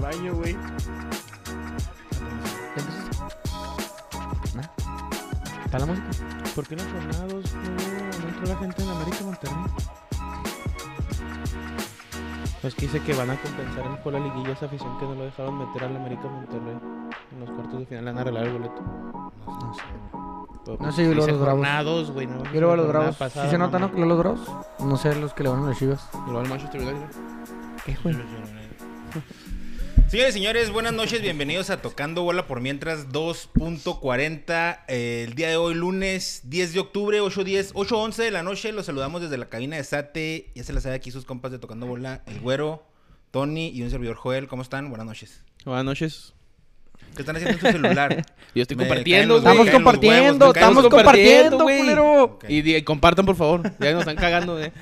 baño, güey. ¿Ya empezaste? ¿Nada? ¿Está la música? ¿Por qué no sonados? No, no entró la gente en América Monterrey. Pues que dice que van a compensar en por la liguilla esa afición que no lo dejaron meter al América Monterrey. En los cuartos de final le van a arreglar el boleto. No sé. Pero, No sé, yo pues, luego los dice bravos. jornados, güey. No, Yo le voy a los jornada bravos. Si pasada, se nota, ¿no? mames. Que le voy a los bravos. No sé los que le van a los chivas. Yo le voy al Manchester United. ¿Qué, güey? Señores y señores, buenas noches, bienvenidos a Tocando Bola por Mientras 2.40. eh, el día de hoy, lunes 10 de octubre, 8.10, 8.11 de la noche. Los saludamos desde la cabina de Sate. Ya se las sabe aquí sus compas de Tocando Bola, el güero, Tony y un servidor Joel. ¿Cómo están? Buenas noches. Buenas noches. ¿Qué están haciendo en su celular? Yo estoy Me compartiendo, caen los- güey. Estamos me caen los compartiendo, huevos, me caen estamos los- compartiendo, compartiendo, güey. culero. Ok. Y di- compartan, por favor. Ya nos están cagando, eh.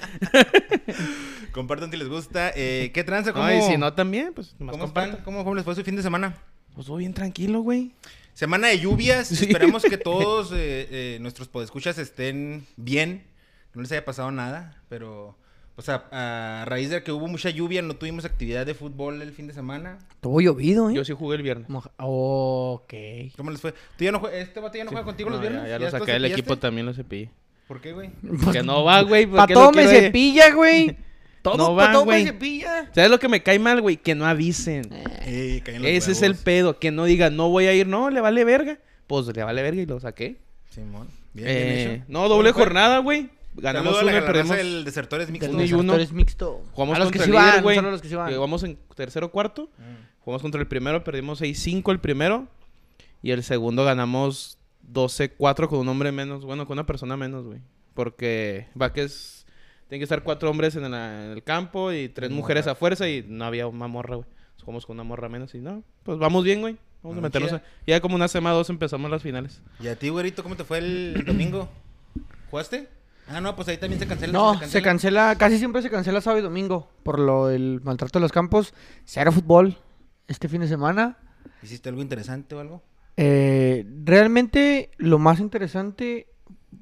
Compartan si les gusta. Eh, ¿Qué tranza? ¿Cómo, No, y si no también, pues más ¿cómo, están? compartan. ¿Cómo- cómo les fue su fin de semana? Pues voy bien tranquilo, güey. Semana de lluvias. Sí. Esperamos que todos eh, eh, nuestros podescuchas estén bien. que No les haya pasado nada, pero... O sea, a raíz de que hubo mucha lluvia, no tuvimos actividad de fútbol el fin de semana. Todo llovido, ¿eh? Yo sí jugué el viernes. Moja- Ok. ¿Cómo les fue? ¿Tú ya no jue- ¿Este vato ya no juega contigo los No, ya- viernes? Ya, lo hasta saqué del cepillaste? equipo también, lo cepillé. ¿Por qué, güey? Que no va, güey. ¿por Pa' qué lo todo me quiero ahí? cepilla, güey. Todo, No pa' va, todo me güey. cepilla. ¿Sabes lo que me cae mal, güey? Que no avisen. Eh. Ey, caen los Ese es el huevos. pedo. Que no digan, no voy a ir. No, le vale verga. Pues le vale verga y lo saqué. Simón. Bien, Eh, bien hecho. No, doble ¿Cómo fue? jornada, güey. Ganamos Saludo a la uno y raza perdemos. del Desertores Mixtos. uno y uno. Es mixto. Jugamos a los que contra sí el líder, van, güey. solo a los que sí van. Llegamos en tercero cuarto. Mm. Jugamos contra el primero, perdimos 6-5 el primero. Y el segundo ganamos 12-4 con un hombre menos. Bueno, con una persona menos, güey. Porque Vaques tienen que estar cuatro hombres en, la- en el campo y tres Una mujeres morra. a fuerza y no había una morra, güey. Entonces, Jugamos con una morra menos y no, pues vamos bien, güey. Vamos a Ah, meternos. chida. a- Ya como una semana dos empezamos las finales. ¿Y a ti, güerito, cómo te fue el domingo? ¿Jugaste? Ah, no, pues ahí también se cancela. No, se cancela, casi siempre se cancela sábado y domingo por lo del maltrato de los campos. Cero fútbol este fin de semana. ¿Hiciste algo interesante o algo? Eh, realmente lo más interesante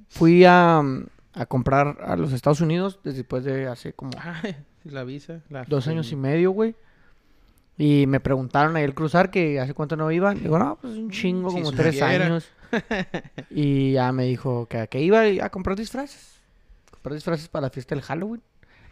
fui a, mm, a comprar a los Estados Unidos después de hace como Ay, la visa. La dos años y medio, güey. Y me preguntaron ahí al cruzar que hace cuánto no iba. Le digo, no, pues un chingo, si como tres supiera". años. y ya me dijo que a qué iba y a comprar disfraces. Comprar disfraces para la fiesta del Halloween.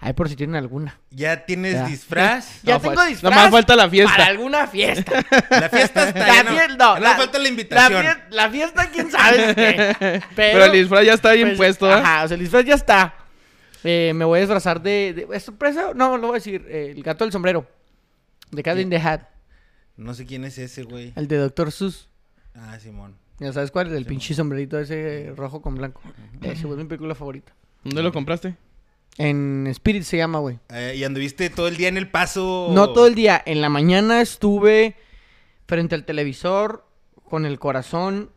Ahí por si tienen alguna. Ya tienes Ya. disfraz. Ya No, tengo fal- disfraz Nomás falta la Para fiesta. alguna fiesta. La fiesta está. La ya no- fie- no, ya no la- falta la La, invitación. fie- la fiesta, quién sabe. qué? Pero el disfraz ya está bien Pues, puesto, ¿eh? Ajá, o sea, el disfraz ya está. Eh, me voy a disfrazar de, de- ¿Es sorpresa? No, lo voy a decir. eh, el gato del sombrero. De Cat in the Hat. No sé quién es ese, güey. El de Doctor Sus. Ah, Simón. ¿Ya sabes cuál? El del pinche sombrerito ese rojo con blanco. Ese, güey, es mi película favorita. ¿Dónde lo compraste? En Spirit se llama, güey. Eh, y anduviste todo el día en el paso. No todo el día. En la mañana estuve frente al televisor con el corazón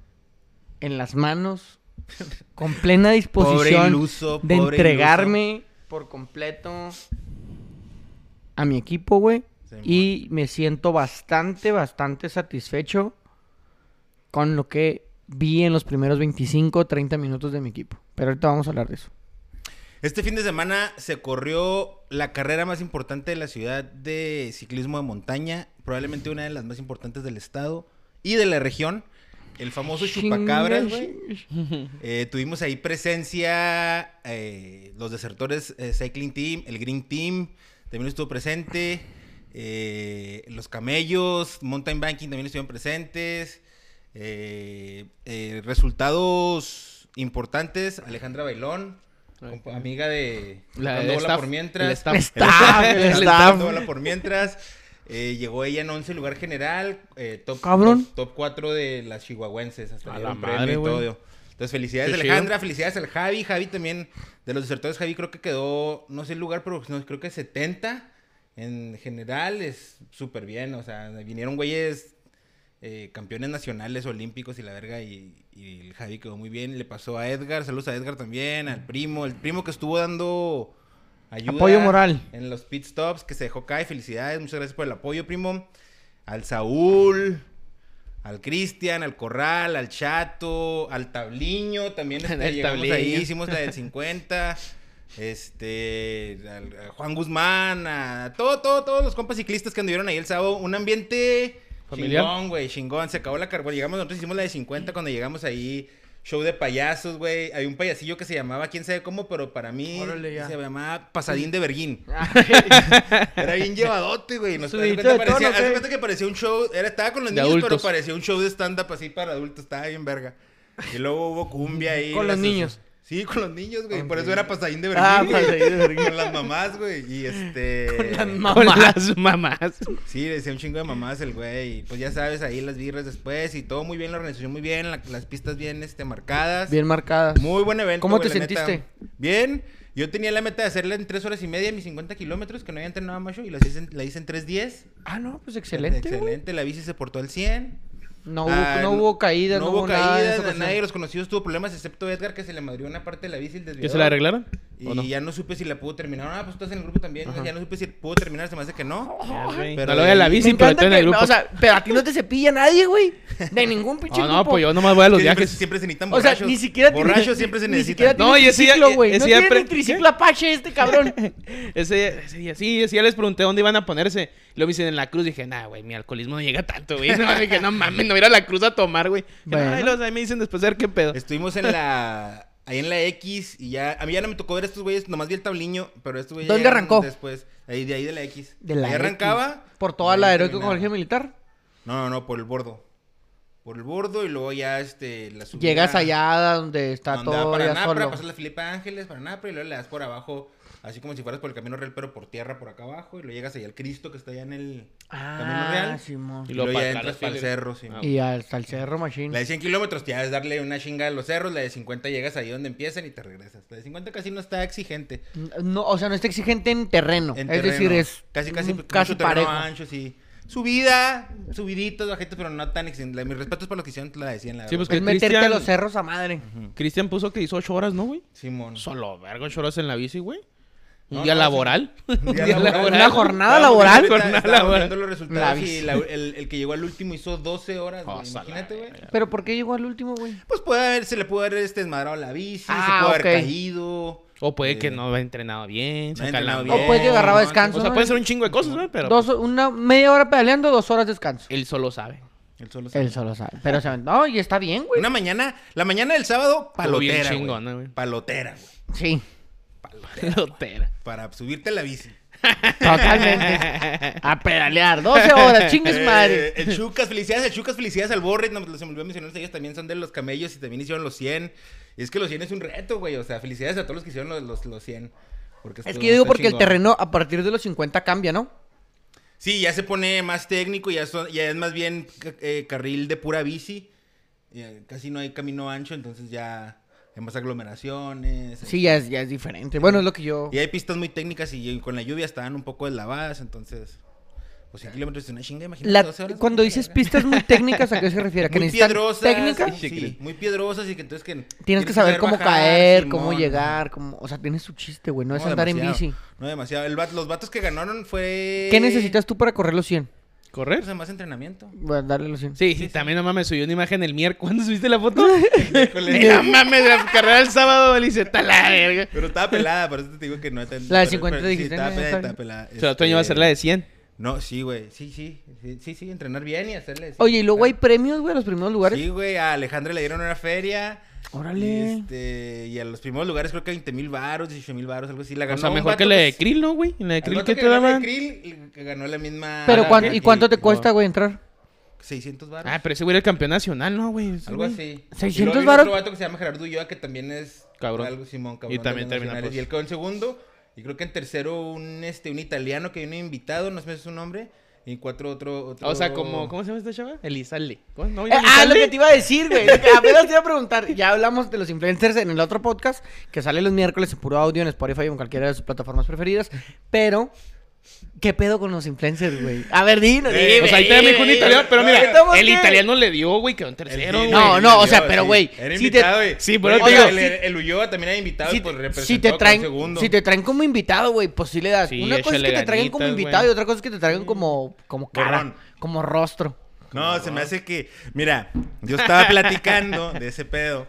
en las manos, con plena disposición iluso, de pobre entregarme por completo a mi equipo, güey. Sí, y me siento bastante, bastante satisfecho con lo que vi en los primeros 25, 30 minutos de mi equipo. Pero ahorita vamos a hablar de eso. Este fin de semana se corrió la carrera más importante de la ciudad de ciclismo de montaña, probablemente una de las más importantes del estado y de la región. El famoso Chupacabras, güey. Eh, tuvimos ahí presencia eh, los desertores eh, Cycling Team, el Green Team también estuvo presente, eh, los camellos, Mountain Banking también estuvieron presentes. eh, eh, resultados importantes, Alejandra Bailón, compa- amiga de La- Tocando el Bola staff, por el mientras. staff. Ah, Staff, el el staff. Tocando Bola por mientras. Eh, llegó ella en 11 lugar general, eh, top, Cabrón. top, 4 de las chihuahuenses. Hasta A le la dieron premio madre, y güey. todo. Entonces, felicidades Qué chido. Alejandra, felicidades al Javi. Javi también, de los desertores, Javi creo que quedó, no sé el lugar, pero no, creo que 70 en general. Es súper bien, o sea, vinieron güeyes eh, campeones nacionales, olímpicos y la verga. Y, y el Javi quedó muy bien. Le pasó a Edgar, saludos a Edgar también, al primo, el primo que estuvo dando ayuda. Apoyo moral. En los pit stops, que se dejó caer. Felicidades, muchas gracias por el apoyo, primo. Al Saúl. Al Cristian, al Corral, al Chato, al Tabliño, también este, El llegamos Tabliño. ahí, hicimos la del 50. Este, al- a Juan Guzmán, a todo, todo, todos los compas ciclistas que anduvieron ahí el sábado. Un ambiente Familiar. chingón, güey, chingón. Se acabó la carbón. Llegamos, nosotros hicimos la de 50 cuando llegamos ahí. Show de payasos, güey. Hay un payasillo que se llamaba, quién sabe cómo, pero para mí Órale, ya. se llamaba Pasadín de Berguín. Ah, Era bien llevadote, güey. Nos haz de Subidito cuenta, de tono, parecía, haz de ¿qué? cuenta que parecía un show. Era, estaba con los De niños, adultos. pero parecía un show de stand-up así para adultos. Estaba bien verga. Y luego hubo cumbia ahí. Con los las- niños. Sí, con los niños, güey. Por Ok. eso era pasadín de Berlín. Ah, güey. Pasadín de Berlín. Con las mamás, güey. Y este. Con las mamás. Con las mamás. Sí, decía un chingo de mamás el güey. Y pues ya sabes, ahí las birras después. Y todo muy bien, la organización muy bien. la- las pistas bien este, marcadas. Bien marcadas. Muy buen evento. ¿Cómo güey, te la neta. sentiste? Bien. Yo tenía la meta de hacerla en 3 horas y media, mis 50 kilómetros, que no había entrenado macho, y las hice en- la hice en 3.10. Ah, no, pues excelente. güey. Excelente, la bici se portó al 100. No, hubo, Ah, no hubo caídas, no, hubo nada. en caídas, esa na- nadie de ocasión. los conocidos tuvo problemas, excepto Edgar, que se le madrió una parte de la bici el ¿Que desviador. se la arreglaron? Y ¿O no? ya no supe si la pudo terminar. Ah, pues estás en el grupo también. Ajá. Ya no supe si pudo terminar, se me hace que no. Ya, güey. Pero no lo voy a la ahí- bici, Me pero encanta estoy en el que- grupo. O sea, pero a ti no te cepilla nadie, güey. De ningún pinche No, no, grupo. pues yo nomás voy a los Que viajes. Siempre, siempre se necesitan O sea, borrachos. ni siquiera tiene- Borrachos siempre se ni necesitan. siquiera tiene No, eh, y ese ya- triciclo, güey. ese No ya tiene pre- ni triciclo Apache este cabrón. Ese, ese día, sí, ese día les pregunté dónde iban a ponerse. Y Luego me dicen en la cruz. Dije, nah, güey, mi alcoholismo no llega tanto, güey. No, dije, no mames, no voy a ir a la cruz a tomar, güey. Dije, no, Bueno. ahí los- ahí me dicen después de ver qué pedo. Estuvimos en la. Ahí en la X y ya. A mí ya no me tocó ver a estos güeyes, nomás vi el tabliño, pero estos güeyes. ¿Dónde llegaron arrancó? Después. Ahí, de ahí de la X. De la ahí arrancaba. X. Por toda y la ahí heroica terminaba. colegio militar. No, no, no, por el bordo. Por el bordo y luego ya este. La subida- Llegas allá donde está Donde va todo para ya Napra, solo. pasas la Filipa Ángeles para Napra y luego le das por abajo, así como si fueras por el Camino Real, pero por tierra, por acá abajo, y luego llegas ahí al Cristo que está allá en el Camino Ah, Real. Simón. Y Y luego, luego ya para acá entras las para el filas. cerro, sí. Ah, Y hasta el cerro, machín. La de 100 kilómetros ya es darle una chinga a los cerros, la de 50 llegas ahí donde empiezan y te regresas. La de 50 casi no está exigente. No, o sea, no está exigente en terreno. en es terreno. decir, es casi casi, pues, un- mucho casi terreno parejo. ancho, sí. Subida, subiditos, bajitos, pero no tan exigente. Mis respetos para los que hicieron la de 100, la Sí, verdad. pues, Es que meterte a Cristian- los cerros a madre. Cristian puso que hizo ocho horas, ¿no, güey? Simón. Solo, verga, ocho horas en la bici, güey. Un No, día no, laboral. Un Un día día laboral. laboral. Una jornada laboral. Jornada Estábamos laboral. viendo los resultados La y la- el, el que llegó al último hizo 12 horas, güey. Oh, sala, Imagínate, güey. Pero ¿por qué llegó al último, güey? Pues puede haber, se le pudo haber este, desmadrado la bici, Ah, se pudo ok. haber caído. O puede Eh, que no haya entrenado bien, no haya se entrenado calambró. O puede que agarraba no, descanso. O sea, puede ser un chingo de cosas, güey, pero Dos, una media hora pedaleando, dos horas descanso. él solo sabe. El solo sabe. Él solo sabe. Pero se no, y está bien, güey. Una mañana, la mañana del sábado, bien palotera. güey. chingona, güey. Palotera, güey. Sí, Lotera. Para subirte a la bici. totalmente. A pedalear, 12 horas, chingues Eh, madre. el Chucas, felicidades, el Chucas, felicidades al Borre. No, se me olvidó mencionarles, ellos también son de los camellos y también hicieron los 100. Y es que los 100 es un reto, güey. O sea, felicidades a todos los que hicieron los, los, los 100. Porque Es estuvo- que yo digo está porque el chingón. terreno a partir de los 50 cambia, ¿no? Sí, ya se pone más técnico, ya, son- ya es más bien ca- eh, carril de pura bici. Ya casi no hay camino ancho, entonces ya hay más aglomeraciones. Sí, ya es, ya es diferente. Bueno, es lo que yo... Y hay pistas muy técnicas y, con la lluvia estaban un poco deslavadas, entonces... Pues 100 kilómetros es una chinga, imagínate. La- 12 horas, cuando güey, dices la verga. pistas muy técnicas, ¿a qué se refiere? ¿A ¿Que muy necesitan piedrosas, técnica? sí, sí, muy piedrosas y que entonces que Tienes que saber cómo caer, cómo Simón. llegar, cómo... O sea, tiene su chiste, güey. No es No, andar en demasiado, Eh, bici. No demasiado. El vato- los vatos que ganaron fue ¿Qué necesitas tú para correr los 100? ¿Correr? Pues, más entrenamiento. Voy a darle los 100. Sí, sí, también no mames, subió una imagen el miércoles. ¿Cuándo subiste la foto? Híjole. Ni la mames, la carrera del sábado, le dice, "Ta la verga. Pero estaba pelada, por eso te digo que no tan- La de pero- 50 pero dijiste, Sí, estaba ¿no? pelada, Está estaba bien. pelada. este, Se la Toño va a hacer la de 100. No, sí, güey. Sí, sí. Sí, sí, sí, entrenar bien y hacerle. sí. Oye, y luego Ah. hay premios, güey, a los primeros lugares. Sí, güey. A Alejandra le dieron una feria. Órale. Y, este, y a los primeros lugares creo que 20 mil baros, 18 mil baros, algo así. La ganó O sea, un mejor vato que la de se- Krill, ¿no, güey? En la de al Krill vato que que te ganó la de daban. Krill, que ganó la misma. Pero Ah, ¿cuán- ok, ¿y cuánto te no, cuesta, güey, entrar? 600 baros. Ah, pero ese güey era el campeón nacional, ¿no, güey? Ese Algo güey. así. 600 Y luego hay varos. otro vato que se llama Gerardo Ulloa, que también es... Cabrón. Algo Simón, cabrón. Y también de los termina, nacionales. pues. Y él quedó en segundo. Y creo que en tercero un, este, un italiano que viene invitado, no sé su nombre. Y cuatro otro... otro... O sea, como, ¿cómo se llama esta chava? Elizalde. ¿Cómo? ¿No, Eh, ah, lo Elizalde? que te iba a decir, güey. lo que Apenas te iba a preguntar. Ya hablamos de los influencers en el otro podcast que sale los miércoles en puro audio en Spotify o en cualquiera de sus plataformas preferidas. Pero, ¿qué pedo con los influencers, güey? A ver, dino, Eh, dime. O sea, ahí te dijo un dime. italiano, pero No, mira, estamos el bien. italiano le dio, güey, quedó en El- tercero, sí, güey. No, el no, o Ulloa, sea, pero, sí. güey, Era si te- invitado, güey. sí, pero Era te digo, El, el Ulloa también era invitado Si pues, por te, representó si te con traen, segundo. si te traen como invitado, güey, pues sí le das. Sí, Una cosa es que échale te traigan como ganitas, invitado güey. y otra cosa es que te traigan como, como cara, Borrón. como rostro. No, se me hace que... Mira, yo estaba platicando de ese pedo.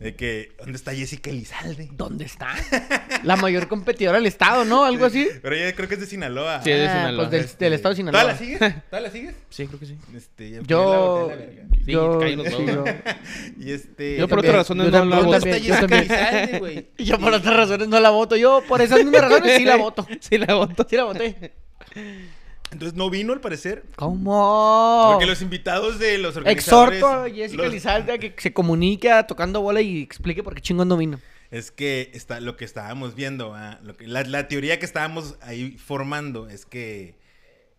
De que, ¿dónde está Jessica Elizalde? ¿Dónde está? La mayor competidora del estado, ¿no? Algo así. Pero ella creo que es de Sinaloa. Sí, es de Ah, Sinaloa. Pues del, del estado de Sinaloa. ¿Todas las sigues? ¿Todas las sigues? Sí, creo que sí. Este, ya me la Yo. boté a la verga. Sí, yo, caen los sí, huevos. yo- Y este. Yo por también, otras razones yo no también, la yo hago. ¿Dónde está también, yo Jessica también. Elizalde, güey? Yo por otras razones no la voto. Yo por esas mismas razones sí la voto. Sí, la voto. Sí la voté. Entonces no vino al parecer. ¿Cómo? Porque los invitados de los organizadores. Exhorto a Jessica los- Elizalde a que se comunique a tocando bola y explique por qué chingón no vino. Es que está, lo que estábamos viendo, ah, lo que- la, la teoría que estábamos ahí formando es que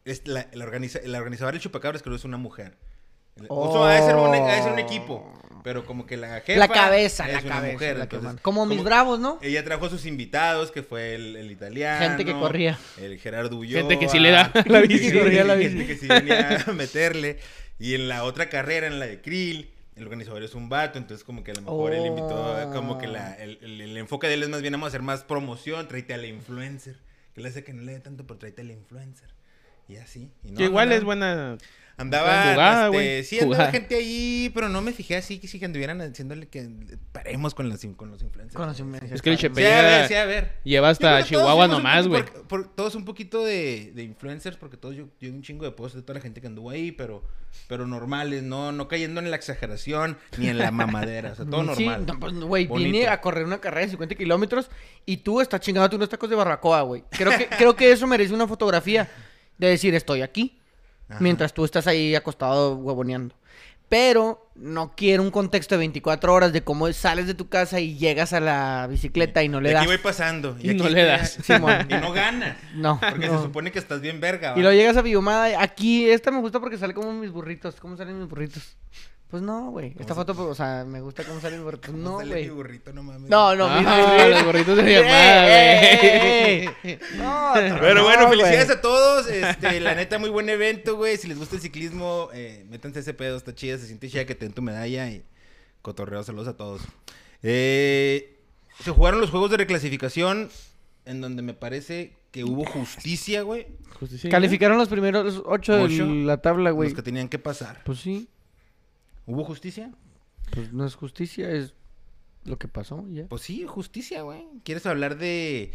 es la, la organiza- el organizador del chupacabras creo que es una mujer. El- O sea, ha de ser un, ha de ser un equipo, pero como que la jefa la cabeza, es la una cabeza. mujer, la que entonces, Eh, manda. como mis como- bravos, ¿no? Ella trajo a sus invitados, que fue el, el italiano. Gente que corría. El Gerardo Ulloa. Gente que sí le da la bici. Sí, Que corría la gente bici. que sí venía a meterle. Y en la otra carrera, en la de Krill, el organizador es un vato, entonces como que a lo mejor él invitó, a- como que la- el, el- el enfoque de él es más bien vamos a hacer más promoción, tráete a la influencer. Que le hace que no le dé tanto, pero tráete a la influencer. Y así. Y no, Que igual andaba- es buena. Andaba, jugada, este, güey, sí, andaba jugada. gente ahí, pero no me fijé así, que sí que anduvieran haciéndole que paremos con, las, in- con los influencers. Con los Es que el Sí, a ver, Peña sí, a ver. Lleva Yo hasta creo que todos Chihuahua fuimos un nomás, güey. poquito por- por- Todos un poquito de, de influencers, porque todos yo, yo un chingo de posts de toda la gente que anduvo ahí, pero, pero normales, no, no cayendo en la exageración ni en la mamadera, o sea, todo Sí, normal. no, pues, güey, Bonito. vine a correr una carrera de 50 kilómetros y tú estás chingando unos tacos de barracoa, güey. Creo que, creo que eso merece una fotografía de decir estoy aquí, Ajá. mientras tú estás ahí acostado huevoneando. Pero no quiero un contexto de 24 horas de cómo sales de tu casa y llegas a la bicicleta y no le Y das. aquí voy pasando. Y no aquí- le das. Simón. Y no ganas. No, Porque no. se supone que estás bien verga. Y ¿va? luego llegas a Biomada. Aquí, esta me gusta porque sale como mis burritos. ¿Cómo salen mis burritos? Pues no, güey. Esta foto, pues, o sea, me gusta cómo salen mis burritos. No, Sale güey. mi burrito, no mames. No, no, mis Ah, burritos. los gorritos de mi Eh, mamá, eh, güey. eh, eh. No, otro Pero no, bueno, güey. felicidades a todos. Este, la neta, muy buen evento, güey. Si les gusta el ciclismo, eh, métanse ese pedo, está chida, se siente chida que te den tu medalla y cotorreo, saludos a todos. Eh, se jugaron los juegos de reclasificación, en donde me parece que hubo justicia, güey. Justicia. Calificaron los primeros ocho de Ocho. la tabla, Los güey. que tenían que pasar. Pues sí. ¿Hubo justicia? Pues no es justicia, es lo que pasó, ya. Pues sí, justicia, güey. ¿Quieres hablar de...?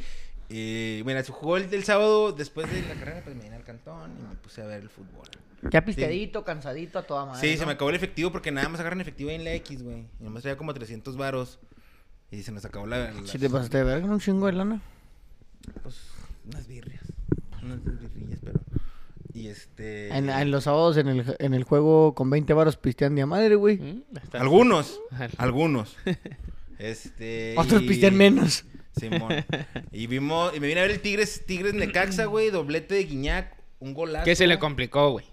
eh, mira, se jugó el del sábado después de la carrera, pues me vine al cantón y me puse a ver el fútbol. Ya pisteadito, cansadito, a toda madre. Sí, se ¿no? me acabó el efectivo porque nada más agarran efectivo ahí en la X, güey. Y nomás había como 300 varos. Y se nos acabó la... la- Si te pasaste de verga, un chingo de lana. pues, unas birrias. Unas birrillas, pero... Y este... En, en los sábados en el, en el juego con 20 varos pistean de a madre, güey. ¿Mm? Hasta- Algunos. Ajá. Algunos. este... Otros y- pistean menos. Simón. Y vimos... Y me vine a ver el Tigres... Tigres Necaxa, güey. Doblete de Guiñac. Un golazo. Que se le complicó, güey.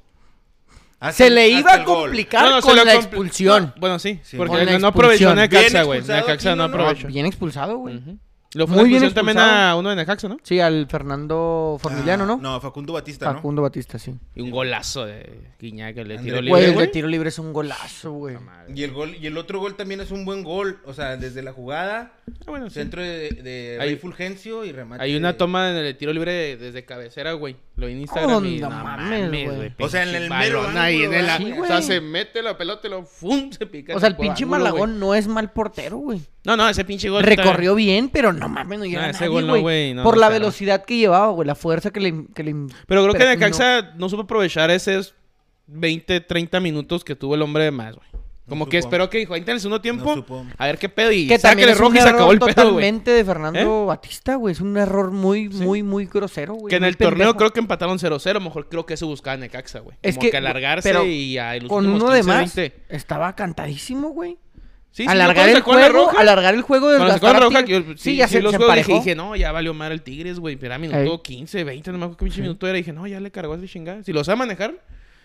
Hasta Se el- le iba hasta a el gol. complicar No, no, se con lo la compl- expulsión. No, bueno, sí. Sí, porque con la no- no expulsión. aprovechó Necaxa, Bien güey. expulsado Necaxa no Aquino, ¿no? aprovechó. Ah, Bien expulsado, güey. Ujú. Lo fue Muy Muy bien también expulsado. a uno de Necaxa, ¿no? Sí, al Fernando Formiliano, Ah, ¿no? No, Facundo Batista, ¿no? Facundo Batista, sí. Y un golazo de Guiñac que le André tiró Güey, libre, Güey, el de güey. tiro libre es un golazo, güey. Y el gol... Y el otro gol también es un buen gol. O sea, desde la jugada... Ah, bueno, sí. Centro de, de Hay- Rey Fulgencio y remate. Hay una toma en el tiro libre de- desde cabecera, güey. Lo vi en Instagram y no no mames, güey. mames, güey. O sea, en el pinche mero balón ahí ángulo, en el- Sí, o sea, güey. se mete la pelota y lo fum, se pica. O sea, el campo pinche ángulo, güey. Malagón no es mal portero, güey. No, no, ese pinche gol está- Recorrió bien, pero no mames, no llega No, a ese nadie, gol no, güey. güey, no, Por no la está, no. velocidad que llevaba, güey, la fuerza que le... Que le Pero creo que no. Necaxa no. supo aprovechar esos 20, 30 minutos que tuvo el hombre de más, güey. Como No que supo. esperó que dijo, ahí está en el segundo tiempo, supo. a ver qué pedo, y Que también sáquele es un roja y se acabó error el pedo, güey. ¿Eh? totalmente de Fernando Batista, güey. Es un error muy, muy, muy grosero, güey. Que en muy el torneo pendejo. creo que empataron 0-0, mejor creo que eso buscaba Necaxa, güey. Es Como que- que, alargarse pero y a los Con últimos uno de 15, más, 20. estaba cantadísimo, güey. Sí, sí, alargar yo el cuando sacó la juego, roja- alargar el juego Cuando sacó la desgastar a roja, Tigres. yo- sí, ya se, los se juegos dije, emparejó. dije, no, ya valió mal el Tigres, güey. Pero era minuto 15, 20, no me acuerdo qué pinche minuto era. Dije, no, ya le cargó a ese chingada. Si lo sabe manejar,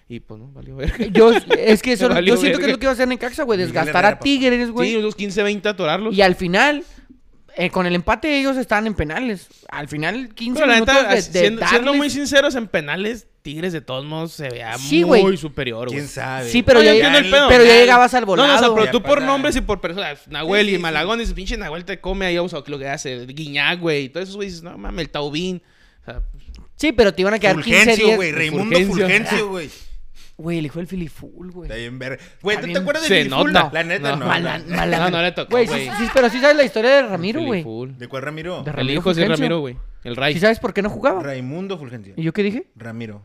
y pues no, valió verga. Yo, es que eso, Me valió yo siento que es verga. lo que iba a hacer Necaxa, güey. Miguel Desgastar Herrera, a papá. Tigres, güey. Sí, unos 15, 20 atorarlos. Y al final, eh, con el empate ellos estaban en penales. Al final, 15 Pero la minutos neta, de, de siendo, siendo darles- muy sinceros, en penales, Tigres de todos modos se vea Sí, muy güey. superior, güey. ¿Quién sabe? Sí, pero No, ya, yo entiendo el pedo. pero ya Ya- llegabas al No, no, o sea, volado. pero tú Ya por pasa. nombres y por personas. Nahuel Sí, sí, y Malagón, ese pinche Nahuel te come ahí, vamos a lo que hace. Guiñac, güey. Y todo eso, güey, dices, no mames, el Taubín. O sea, sí, pero te iban a quedar 15 Fulgencio, 10. güey. Raimundo Fulgencio. Fulgencio, güey. Güey, el hijo del Filiful, güey. Está bien ver. Güey, ¿tú Está te bien- acuerdas Se de Filiful? nota. La neta, No. no. Mala- mala- No, no le tocó, Güey, sí, güey. sí, sí, pero sí sabes la historia de Ramiro, güey. Filiful. ¿De cuál Ramiro? De Ra- El Ramiro hijo sí es Fulgencio. Ramiro, güey. El Ray. ¿Sí sabes por qué no jugaba? Raimundo Fulgencio. ¿Y yo qué dije? Ramiro.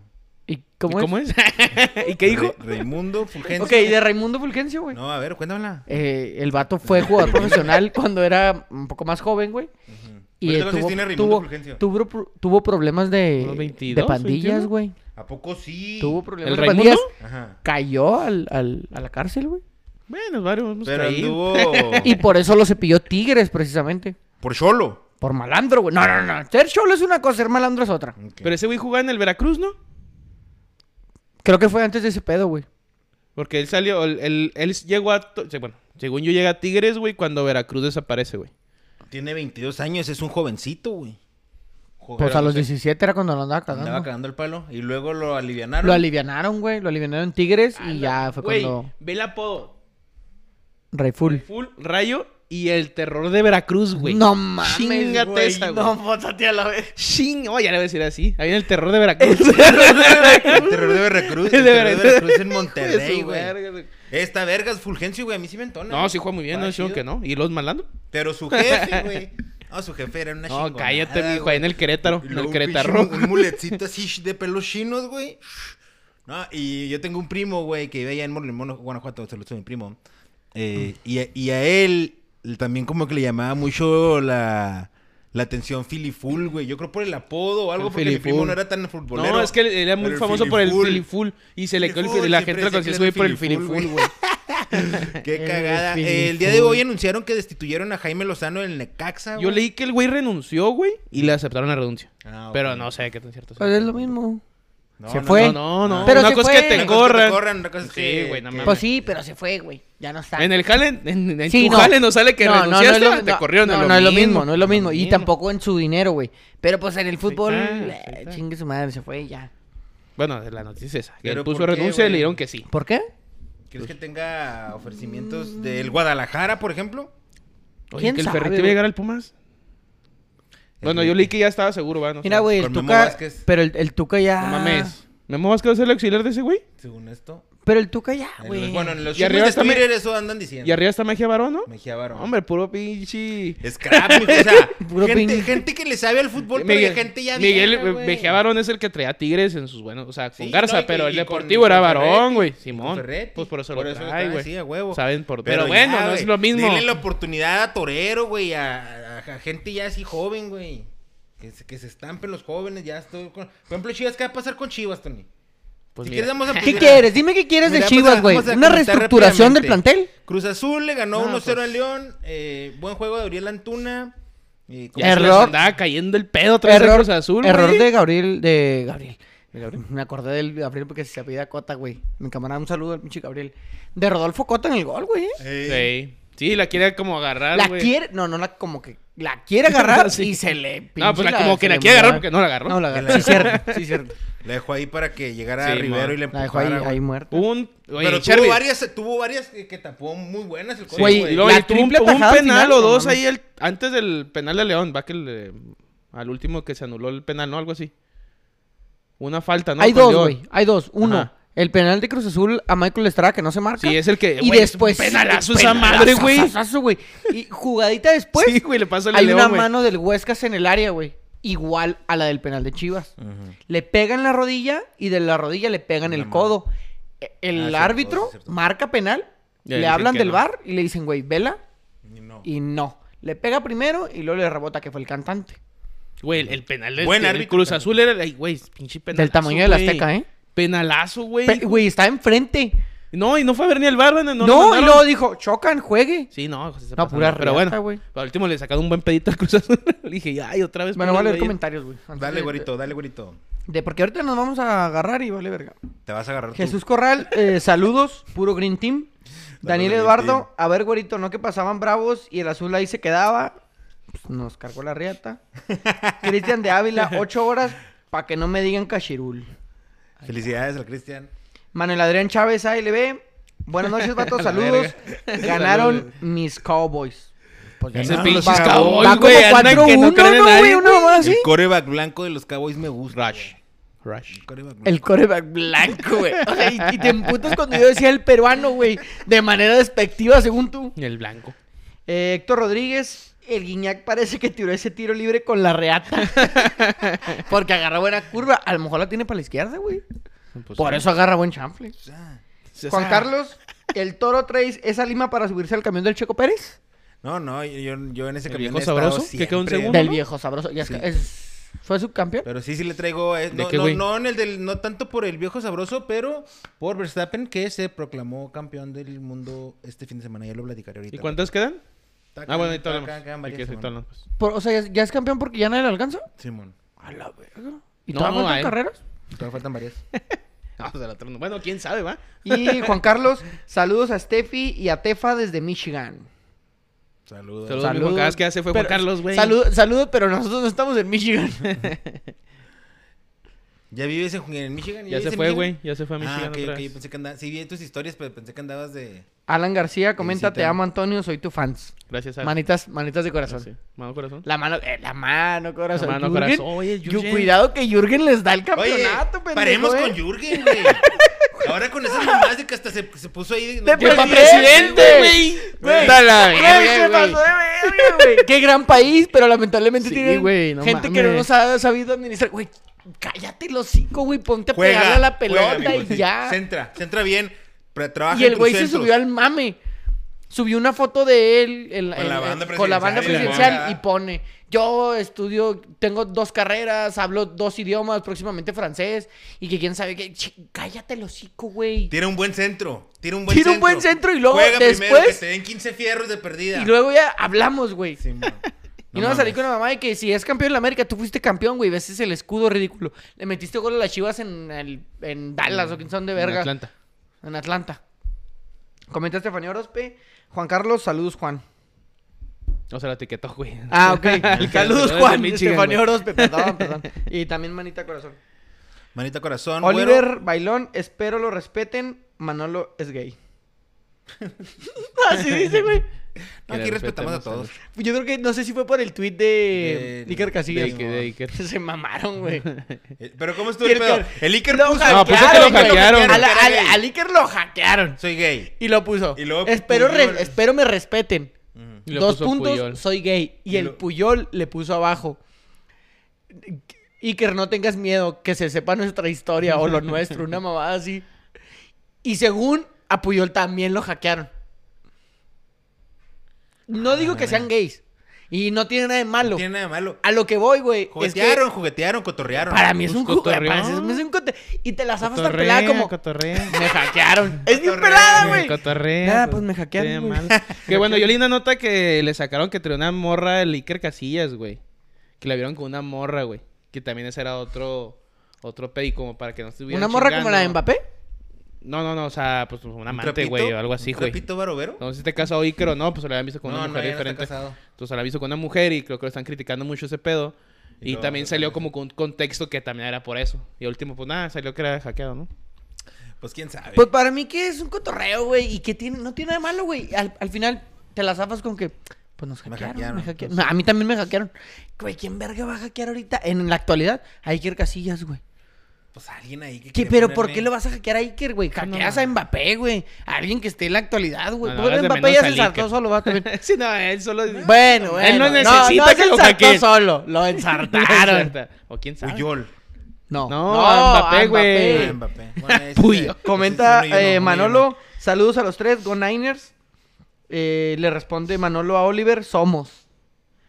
¿Y ¿Y cómo, ¿Cómo es? es? ¿Y qué dijo? Ra- Raimundo Fulgencio. Ok, ¿y de Raimundo Fulgencio, güey. No, a ver, cuéntamela. Eh, el vato fue jugador profesional cuando era un poco más joven, güey. Y eh, ¿Cuántos años tuvo, tiene Raimundo tuvo, Fulgencio? tuvo, pro- tuvo problemas de, Unos 22, de pandillas, 21. güey. ¿A poco sí? Tuvo problemas ¿El de Raimundo? pandillas. Ajá. Cayó al, al- a la cárcel, güey. Bueno, varios hemos Pero caído. anduvo... Y por eso lo cepilló Tigres, precisamente. Por solo. Por malandro, güey. No, no, no. Ser cholo es una cosa, ser malandro es otra. Pero ese güey jugaba en el Veracruz, ¿no? Creo que fue antes de ese pedo, güey. Porque él salió, él, él- él llegó a... to- Bueno, según yo llega a Tigres, güey, cuando Veracruz desaparece, güey. Tiene 22 años, es un jovencito, güey. Joder, Pues a los no sé, 17 era cuando lo andaba cagando. Andaba cagando el palo y luego lo alivianaron. Lo alivianaron, güey. Lo alivianaron en Tigres y ya fue Güey, cuando... ve el apodo. Rey Full. Full, Rayo y el terror de Veracruz, güey. No mames, Chíngate güey. esa, güey. No, pues, pótate a la vez. Ching... Oh, ya le voy a decir así. Ahí viene el terror de Veracruz. El terror de Veracruz. El De terror de Veracruz. Veracruz en Hijo de Monterrey, su güey. verga, güey. Esta verga es Fulgencio, güey. A mí sí me entona. No, güey. sí juega muy bien, no Está dijeron chido. que no. ¿Y los malandros? Pero su jefe, güey. No, su jefe era una No, chingonada, cállate, mijo, güey. ahí en el Querétaro, Y en luego el un Querétaro. pinche mu- Un muletcito así de pelos chinos, güey. No, y yo tengo un primo, güey, que vive allá en Morelimón, Guanajuato, se lo a mi primo. Eh, y, a- y a él l- también como que le llamaba mucho la, la atención Filiful, güey. Yo creo por el apodo o algo, El porque mi primo Filiful. no era tan futbolero. No, es que él era muy Pero el famoso por el Filiful. Filiful. Y se le quedó el Filiful, Filiful. La siempre gente lo conocía decía que ese güey era por el el Filiful, Filiful, güey. Qué El cagada. Filiful. Eh, el día de hoy anunciaron que destituyeron a Jaime Lozano en Necaxa, Yo güey. leí que el güey renunció, güey, y le aceptaron la renuncia. Ah, ok. Pero no sé qué tan cierto sea. Pues es lo mismo. No, se no, fue. No, no, no. Pero una se cosa fue. es que te Una cosa es que te corran. corran, una cosa es Sí, que- güey, no que- mames. Pues sí, pero se fue, güey. Ya no está. En el jale, en, en Sí, tu jale no sale que No, no, no es renunciaste, lo- te no, corrieron. No, no es lo mismo, no es lo mismo. Y tampoco en su dinero, güey. Pero pues en el fútbol, está, pues eh, ahí está. chingue su madre, se fue y ya. Bueno, la noticia es esa. Que Pero él puso ¿por qué, renuncia y güey? le dijeron que sí. ¿Por qué? ¿Crees que tenga ofrecimientos del Guadalajara, por ejemplo? Oye, ¿Quién que el sabe, Ferretti va a güey? llegar al Pumas. Bueno, yo leí que ya estaba seguro, va. No Mira, sé. güey, Ah. el Con Memo Tuca. Vázquez. Pero el, el Tuca ya. No mames. ¿Memo Vázquez va a ser el auxiliar de ese güey? Según esto. Pero el Tuca ya, En güey. los- bueno, en los Ah, Y chismes arriba de está Me- Twitter eso andan diciendo. Y arriba está Mejía Barón, ¿no? Mejía Barón. Hombre, puro pinche. Scrap, mijo, o sea, Puro gente, pin- gente que le sabe al fútbol, pero de gente ya Miguel vieja, eh, güey. Mejía Barón es el que traía a Tigres en sus buenos. O sea, con Sí, Garza, no, y- pero y el con- Deportivo era con Barón, Ferretti, güey. con Simón. Ferretti. Pues por eso Por lo eso lo trae, traen güey. así, a huevo. Saben por Pero Pero bueno, ya, no güey, es lo mismo. Denle la oportunidad a Torero, güey, a, a- a gente ya así joven, güey. Que se, que se estampen los jóvenes, ya estoy con... Por ejemplo, Chivas, ¿qué va a pasar con Chivas, Tony? Pues Si mira. quieres, vamos a ¿Qué empezar. quieres? Dime qué quieres Mira, pues, de vamos a- Chivas, güey. vamos a Una comentar reestructuración del rápidamente. plantel. Cruz Azul le ganó No, 1-0 a pues. León. eh, buen juego de Uriel Antuna. eh, ¿cómo Ya se les Error. andaba cayendo el pedo otra vez a Cruz Azul, error güey. de Gabriel, de Gabriel. ¿De Gabriel? Me acordé del Gabriel porque se apellida Cota, güey. Mi camarada, un saludo al pinche Gabriel. De Rodolfo Cota en el gol, güey. se- eh, Sí. Sí, la quiere como agarrar, La Ah, güey. quiere, no, no la como que la quiere agarrar Sí. y se le No, pues la- pinche como que se la le quiere agarrar mueve. porque no la agarró. No la Que la- agarró. Sí, cierto, sí, cierto. La dejó ahí para que llegara Sí, Rivero man. y le La dejó ahí, empujara. güey. ahí muerta. Hubo un... Oye, Pero Chervi. tuvo varias, tuvo varias que, que tapó muy buenas el Sí, coche, y güey. luego la y tuvo un, triple un tajada al penal final, o no dos mames. ahí el- antes del penal de León. Va que el, eh, al último que se anuló el penal, ¿no? Algo así. Una falta, ¿no? Pues Hay dos, Perdió. güey. Hay dos. Uno, Ajá. el penal de Cruz Azul a Michael Estrada que no se marca. Sí, es el que, Y güey, es un después. penalazo esa madre, güey. penalazazo, güey. Y jugadita después. sí, güey, le pasa el hay León, una güey. mano del Huescas en el área, güey. Igual a la del penal de Chivas. Le pegan la rodilla y de la rodilla le pegan La el mano. codo. E- Ah, El cierto, árbitro sí, cierto. marca penal, Y le, le dicen hablan que del no. bar y le dicen, güey, vela No. y no. Le pega primero y luego le rebota que fue el cantante. Güey, el- el penal del Buen del árbitro, Cruz pero- Azul era... ay, Güey, pinche penalazo, del tamaño de la güey. Azteca, ¿eh? Penalazo, güey. Pe- Güey, estaba enfrente. No, y no fue a ver ni el bar, güey, No, No, lo y mandaron. luego dijo, chocan, juegue. Sí, no, José, se No, pasaron. pura Pero riata, bueno, güey. al último le sacaron un buen pedito al Cruz Azul. le dije, ay, otra vez. Bueno, voy a pobres leer güeyes. comentarios, güey. antes Dale, de- güerito, dale, güerito. De porque ahorita nos vamos a agarrar y vale verga. Te vas a agarrar tú. Jesús Corral, eh, saludos, puro Green Team. Daniel Green Eduardo, Team. a ver, güerito, no que pasaban bravos y el azul ahí se quedaba. Pues, nos cargó la riata. Cristian de Ávila, ocho horas para que no me digan cachirul. Felicidades al Cristian. Manuel Adrián Chávez, ALB. Buenas noches, vatos, saludos. Ganaron mis Cowboys. Pues ya Ese Esos no. pinches Va- va Cowboys, como güey, andan que no 4-1, creen en ¿no, nadie, güey? Una güey. mamá así. El coreback blanco de los Cowboys me gusta. Rush. güey. Rush. Coreback, ¿no? El coreback blanco, güey. O sea, y, y te emputas cuando yo decía el peruano, güey. De manera despectiva, según tú. El blanco. Eh, Héctor Rodríguez, el Guiñac parece que tiró ese tiro libre con la reata. Porque agarra buena curva. A lo mejor la tiene para la izquierda, güey. Pues, Por sí. eso agarra buen chanfle. O sea, Sí, o Juan sea, Carlos, ¿el Toro traes esa lima para subirse al camión del Checo Pérez? No, no, yo- yo, yo en ese ¿El camión viejo he estado sabroso? ¿Que queda un siempre. segundo? Del no? viejo sabroso. Ya es Sí. que es- ¿Fue subcampeón? Pero sí, sí le traigo. eh, ¿De no, qué, no, güey? no en el del, no tanto por el viejo sabroso, pero por Verstappen, que se proclamó campeón del mundo este fin de semana. Ya lo platicaré ahorita. ¿Y cuántas quedan? Tacan, Ah, bueno, ahí te tacan, hablamos. tacan, Aquí varias sí te semanas. hablamos, pues. Por- o sea, ¿ya, ya es campeón porque ya nadie le alcanza? Simón. A la verga. ¿Y No, todavía faltan hay- carreras? Todavía faltan varias. Ah, pues, al otro no. Bueno, quién sabe, ¿va? Y Juan Carlos, saludos a Steffi y a Tefa desde Michigan. Saludos. Saludos. mi Juan Carlos, que ya se fue Juan Pero- Carlos, güey. Saludos, saludos, pero nosotros no estamos en Michigan. ¿Ya vives en, en Michigan? Ya vives se en fue, Michigan? güey. Ya se fue a Michigan Ah, ok, otra ok. vez. Pensé que andabas. Sí, vi tus historias, pero pensé que andabas de. Alan García comenta, Sí, sí, te amo Antonio, soy tu fans. Gracias a... Manitas, manitas de corazón. Sí. Mano corazón. La mano, eh, la mano, corazón. La mano, Jürgen, corazón. Oye, Yu- Jürgen. Cuidado que Jürgen les da el campeonato, pendejo, paremos eh. con Jürgen, güey. Ahora con esas mamadas de que hasta se, se puso ¡De ahí. Ya pa' presidente, güey! Güey, Está la güey, verga, se güey. pasó de verga, güey. Qué gran país, pero lamentablemente Sí, tienen güey, no gente que no mames. nos ha sabido administrar. Güey, cállate el hocico, güey. Ponte a Juega, pegarle a la juega, pelota amigo, sí. y ya. Centra, centra bien. pre- trabaja Y el tus güey se centros. subió al mame. Subió una foto de él en- Con la en- banda con la banda presidencial. presidencial y pone, yo estudio, tengo dos carreras, hablo dos idiomas, próximamente francés, y que quién sabe qué. Ch- Cállate el hocico, güey. Tiene un buen centro. Tiene un buen Tiene un centro. buen centro y luego Juega primero, que después- te den 15 fierros de perdida. Y luego ya hablamos, güey. Sí, mo. y no, salí mames. con la mamá de que si es campeón de la América, tú fuiste campeón, güey. Ves el escudo ridículo. Le metiste gol a las chivas en, el- en Dallas o quién son de verga. En Atlanta. Atlanta. Comenta Estefanía Orozpe. Juan Carlos, saludos, Juan. O sea, la etiquetó, güey. Ah, ok. El que saludos, se fue Juan. desde Michigan, Estefanía güey. Orozpe, perdón, perdón. Y también Manita Corazón. Manita corazón. Oliver güero. Bailón, espero lo respeten. Manolo es gay. Así dice, güey. No, aquí Que le respetamos a respetemos todos. Yo creo que no sé si fue por el tweet de Del- Iker Casillas. del que- de Iker. Se mamaron, güey. Eh, Pero ¿cómo estuvo Y el el pedo? que- El Iker Lo puso. No, puso que lo hackearon, güey. hackearon. Al, al- Era gay. al Iker lo hackearon. Soy gay. Y lo puso. Y luego espero, re- Puyol. espero me respeten. Ujú. Y lo Dos puso puntos, Puyol. soy gay. Y, Y el lo- Puyol le puso abajo. Iker, no tengas miedo, que se sepa nuestra historia o lo nuestro, una mamada así. Y según a Puyol también lo hackearon. No digo Ah. que sean gays. Y no tiene nada de malo. No tiene nada de malo. A lo que voy, güey, es que Juguetearon, juguetearon, cotorrearon. para mí es Pues un ju- para mí cotorreó. es un- es un cote. Y te la zafas tan Cotorrea, pelada como. cotorrea. Me hackearon. es bien Cotorrea, pelada, Me güey. cotorrea. Nada, pues, me hackearon, qué güey. mal. que bueno, yo leí una nota que le sacaron que traía una morra el Iker Casillas, güey. Que la vieron con una morra, güey. Que también ese era otro, otro pedi como para que no estuviera Una morra como la de Mbappé. No, no, no, o sea, pues un ¿Un amante, trapito? güey, o algo así, ¿Un güey. trapito barovero? No sé si te casó Iker o no, pues se la habían visto con No, una no, mujer ya no está diferente. casado. Entonces se la visto con una mujer y creo que lo están criticando mucho ese pedo. Y Y, todo, también todo, salió todo. como con un contexto que también era por eso. Y al último, pues nada, salió que era hackeado, ¿no? Pues quién sabe. Pues para mí que es un cotorreo, güey. Y que tiene, no tiene nada de malo, güey. Al, al final te la zafas con que. Pues nos Me hackearon. Me hackearon, hackearon. No, a mí también me hackearon. Güey, ¿quién verga va a hackear ahorita? En la actualidad, a Iker Casillas, güey. Pues alguien ahí que ¿Qué- quiere pero ¿por ponerle- qué lo vas a hackear a Iker, güey? Hackeas a Mbappé, güey. A alguien que esté en la actualidad, güey. No, no, Pobre hagas de Mbappé menos ya se al saltó Iker. solo, va también. sí, no, él solo... Bueno, bueno. Él no necesita que se lo ensartó hackeen. solo. Lo ensartaron. o quién sabe. Puyol. no. No, a Mbappé, güey. Ah, Mbappé. Bueno, ese- Puyol. ese Eh, Comenta es uno y uno, eh, uno y Manolo, uno. saludos a los tres, Go Niners. Eh, le responde Manolo a Oliver, somos.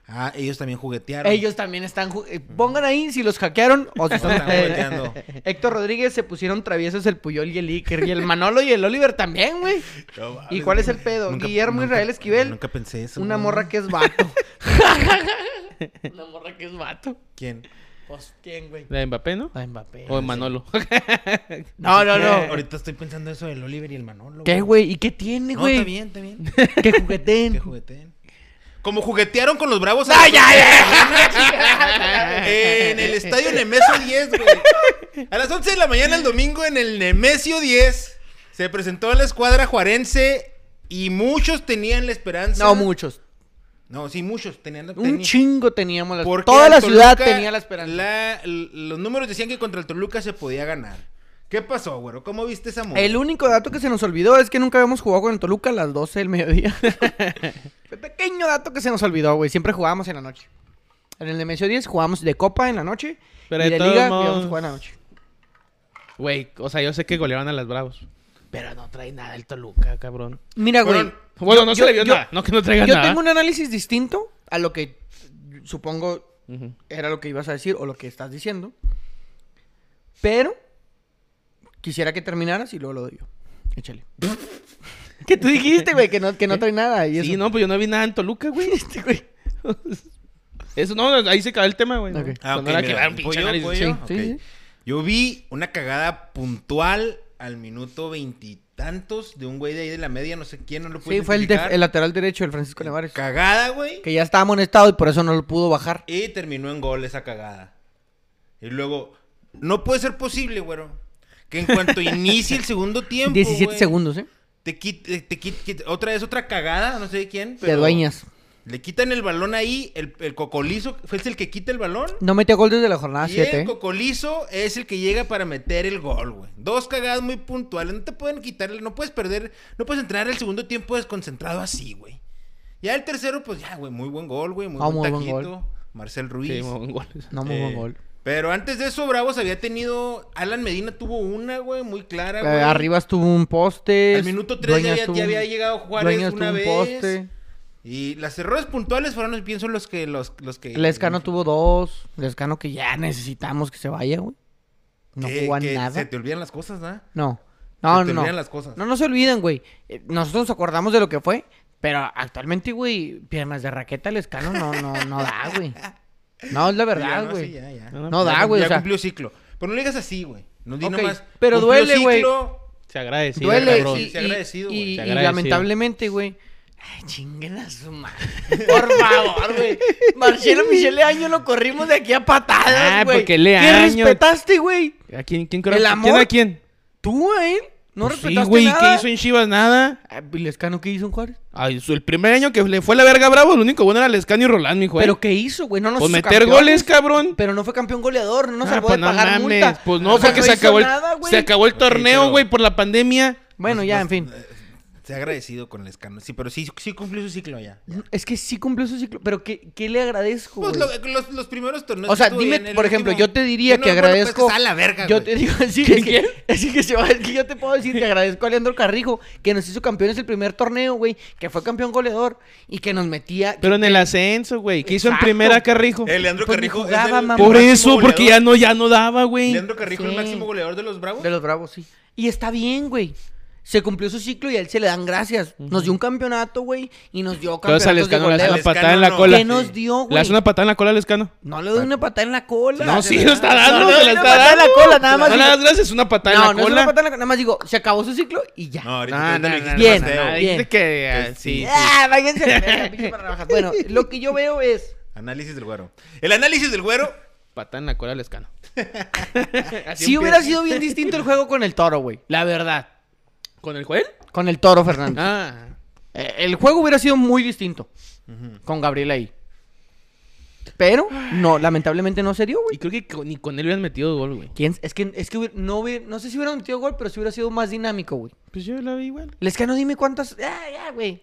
Ah, ellos también juguetearon. Ellos también están... ju- eh, Pongan ahí si los hackearon o si No, son están ustedes. jugueteando. Héctor Rodríguez se pusieron traviesos el Puyol y el Iker. Y el Manolo y el Oliver también, güey. No mames, ¿Y cuál es güey. el pedo? Nunca- Guillermo nunca- Israel Esquivel. Nunca pensé eso. Una güey. morra que es vato. Una morra que es vato. ¿Quién? Pues, ¿quién, güey? La de Mbappé, ¿no? La de Mbappé. O de Manolo. No, no, Eh, no. Ahorita estoy pensando eso del Oliver y el Manolo. ¿Qué, güey? ¿Y qué tiene, No, güey? está bien, está bien. Que jugueteen. Que jugueteen. Como juguetearon con los bravos. ¡Ay, ay, Eh, En el estadio Nemesio 10, güey. A las 11 de la mañana el domingo en el Nemesio 10 se presentó la escuadra juarense y muchos tenían la esperanza. No, muchos. No, sí, muchos tenían. Un tenían- chingo teníamos la Porque Toda el la ciudad Toluca, tenía la esperanza. la- l- los números decían que contra el Toluca se podía ganar. ¿Qué pasó, güero? ¿Cómo viste esa movida? El único dato que se nos olvidó es que nunca habíamos jugado con el Toluca a las 12 del mediodía. Fue pequeño dato que se nos olvidó, güey. Siempre jugábamos en la noche. En el Nemesio 10 jugábamos de copa en la noche. Pero y de de todos liga modos- íbamos a jugar en la noche. Güey, o sea, yo sé que golearon a las Bravos. Pero no trae nada el Toluca, cabrón. Mira, güey. Fueron- Bueno, no yo- se le vio yo- nada. No que no traigan Yo nada. tengo un análisis distinto a lo que supongo Ujú. era lo que ibas a decir o lo que estás diciendo. Pero quisiera que terminaras y luego lo doy yo. Échale. que tú dijiste, güey, que no, que no trae nada. Y Sí, eso. no, pues yo no vi nada en Toluca, güey. Este, güey. Eso, no, ahí se acabó el tema, güey. Ok. Ah, No, ok, no era mira, que dar un ¿puedo pinche yo? análisis. ¿puedo Sí. yo? sí, Ok. sí. Yo vi una cagada puntual al minuto veintitantos de un güey de ahí de la media, no sé quién, no lo pude Sí, fue el, def- identificar. el lateral derecho, el Francisco Nevares. Cagada, güey. Que ya estaba amonestado y por eso no lo pudo bajar. Y terminó en gol esa cagada. Y luego, no puede ser posible, güero. Que en cuanto inicie el segundo tiempo. 17 güey, segundos, ¿eh? Te quit- eh, te quit- quit- otra vez otra cagada, no sé de quién. De pero dueñas. Le quitan el balón ahí. El, el cocolizo fue el que quita el balón. No metió gol desde la jornada ¿eh? y 7. el cocolizo es el que llega para meter el gol, güey. Dos cagadas muy puntuales. No te pueden quitar, el- no puedes perder, no puedes entrar el segundo tiempo desconcentrado así, güey. Ya el tercero, pues ya, güey, muy buen gol, güey. Muy Ah, muy buen buen taquito. gol. Marcel Ruiz. Sí, muy buen gol. No, muy buen Eh, gol. Pero antes de eso, Bravos había tenido. Alan Medina tuvo una, güey, muy clara, Eh, güey. arriba estuvo un poste. Al minuto tres ya Dueñas había, tuvo ya un- había llegado Juárez Dueñas tuvo una un vez. poste. Y las errores puntuales fueron, yo pienso, los que. Los, los que Lescano tuvo dos. Lescano que ya necesitamos que se vaya, güey. No que- jugó a que nada. Se te olvidan las cosas, ¿verdad? No. No, se te no. olvidan No. las cosas. no, no se olvidan, güey. Eh, Nosotros nos acordamos de lo que fue. Pero actualmente, güey, piernas de raqueta Lescano no, no, no da, güey. No, es la Sí, ya, verdad, no, güey. sí, ya, ya. No, no da, cum- güey, Ya o sea. cumplió ciclo. Pero no le digas así, güey. No di Ok, nomás. pero cumplió duele, güey. ciclo, Se agradece. Duele cabrón. y, Sí, y- agradecido, y- güey. y Sí, agradecido. lamentablemente, güey. Ay, chinguen a su madre. Por favor, güey. Marcelo Michele Año lo corrimos de aquí a Ah, patadas, güey. porque le ¿Qué Año- respetaste, güey? ¿A quién, quién ¿El ¿Quién amor? a quién? ¿Tú a él? ¿No Pues respetaste sí, güey, nada? ¿qué hizo en Chivas? Nada. Ah, ¿Y Lescano qué hizo en Juárez? Ay, su- el primer año que le fue la verga bravo, lo único bueno era Lescano y Roland, ¿eh? mi ¿Pero qué hizo, güey? No nos Pues hizo meter campeones, goles, cabrón. Pero no fue campeón goleador, no nos Ah, salvó pues de pagar multa. Pues no, O sea, porque se, hizo acabó el, nada, güey. se acabó el Ok, torneo, pero- güey, por la pandemia. Bueno, ya, en fin. Se ha Eh, agradecido con el escano. Sí, pero sí, sí cumplió su ciclo ya. Es que sí cumplió su ciclo, pero ¿qué, qué le agradezco, Pues güey? lo- los, los primeros torneos. O sea, que estuvo dime, bien, el por ejemplo, último- yo te diría no que me acuerdo, pero agradezco. está a la verga, yo güey. te digo, sí, ¿Quién, es, quién? que, es que se va- es que yo te puedo decir que agradezco a Leandro Carrijo, que nos hizo campeones el primer torneo, güey, que fue campeón goleador y que nos metía. Pero en el ascenso, güey. ¿Qué hizo en Exacto. primera, Carrijo? El Leandro Pues ni Carrijo. es jugaba, el- mamá. Por el máximo eso, porque ya goleador. no, ya no daba, güey. Leandro Carrijo, el Sí. máximo goleador de los Bravos. De los Bravos, sí. Y está bien, güey. Se cumplió su ciclo y a él se le dan gracias. Nos dio un campeonato, güey, y nos dio Entonces al campeonatos de Escano le hace goleo. una goleo. patada en Lescano la no. cola. ¿Qué nos dio, Le güey? hace una patada en la cola al Escano. No le doy una patada en la cola. No, sí, lo está dando, No, se no, la no, está patada en dando. la cola, nada más No digo- le das gracias, una patada No, en la no es una cola. patada en la cola. Nada más digo, se acabó su ciclo y ya. No, ahorita No, no, ahorita lo no, dijiste bien, más feo. no, Dijiste bien. que, ah, Que sí, sí. sí. Ah, váyanse a la verga, pinche para rebajas. Bueno, lo que yo veo es. Análisis del güero. El análisis del güero. Patada en la cola al escano. Si hubiera sido bien distinto el juego con el toro, güey. La verdad. ¿Con el juez? Con el toro, Fernando. Ah. Eh, El juego hubiera sido muy distinto. Con Gabriel ahí. Pero, no, lamentablemente no se dio, Y güey. creo que con- ni con él hubieran metido gol, güey. ¿Quién? Es que, es que hubiera- no, hubiera- no sé si hubiera metido gol, pero si hubiera sido más dinámico, güey. Pues yo la vi igual. Les que no dime cuántas. Ah, ya, güey.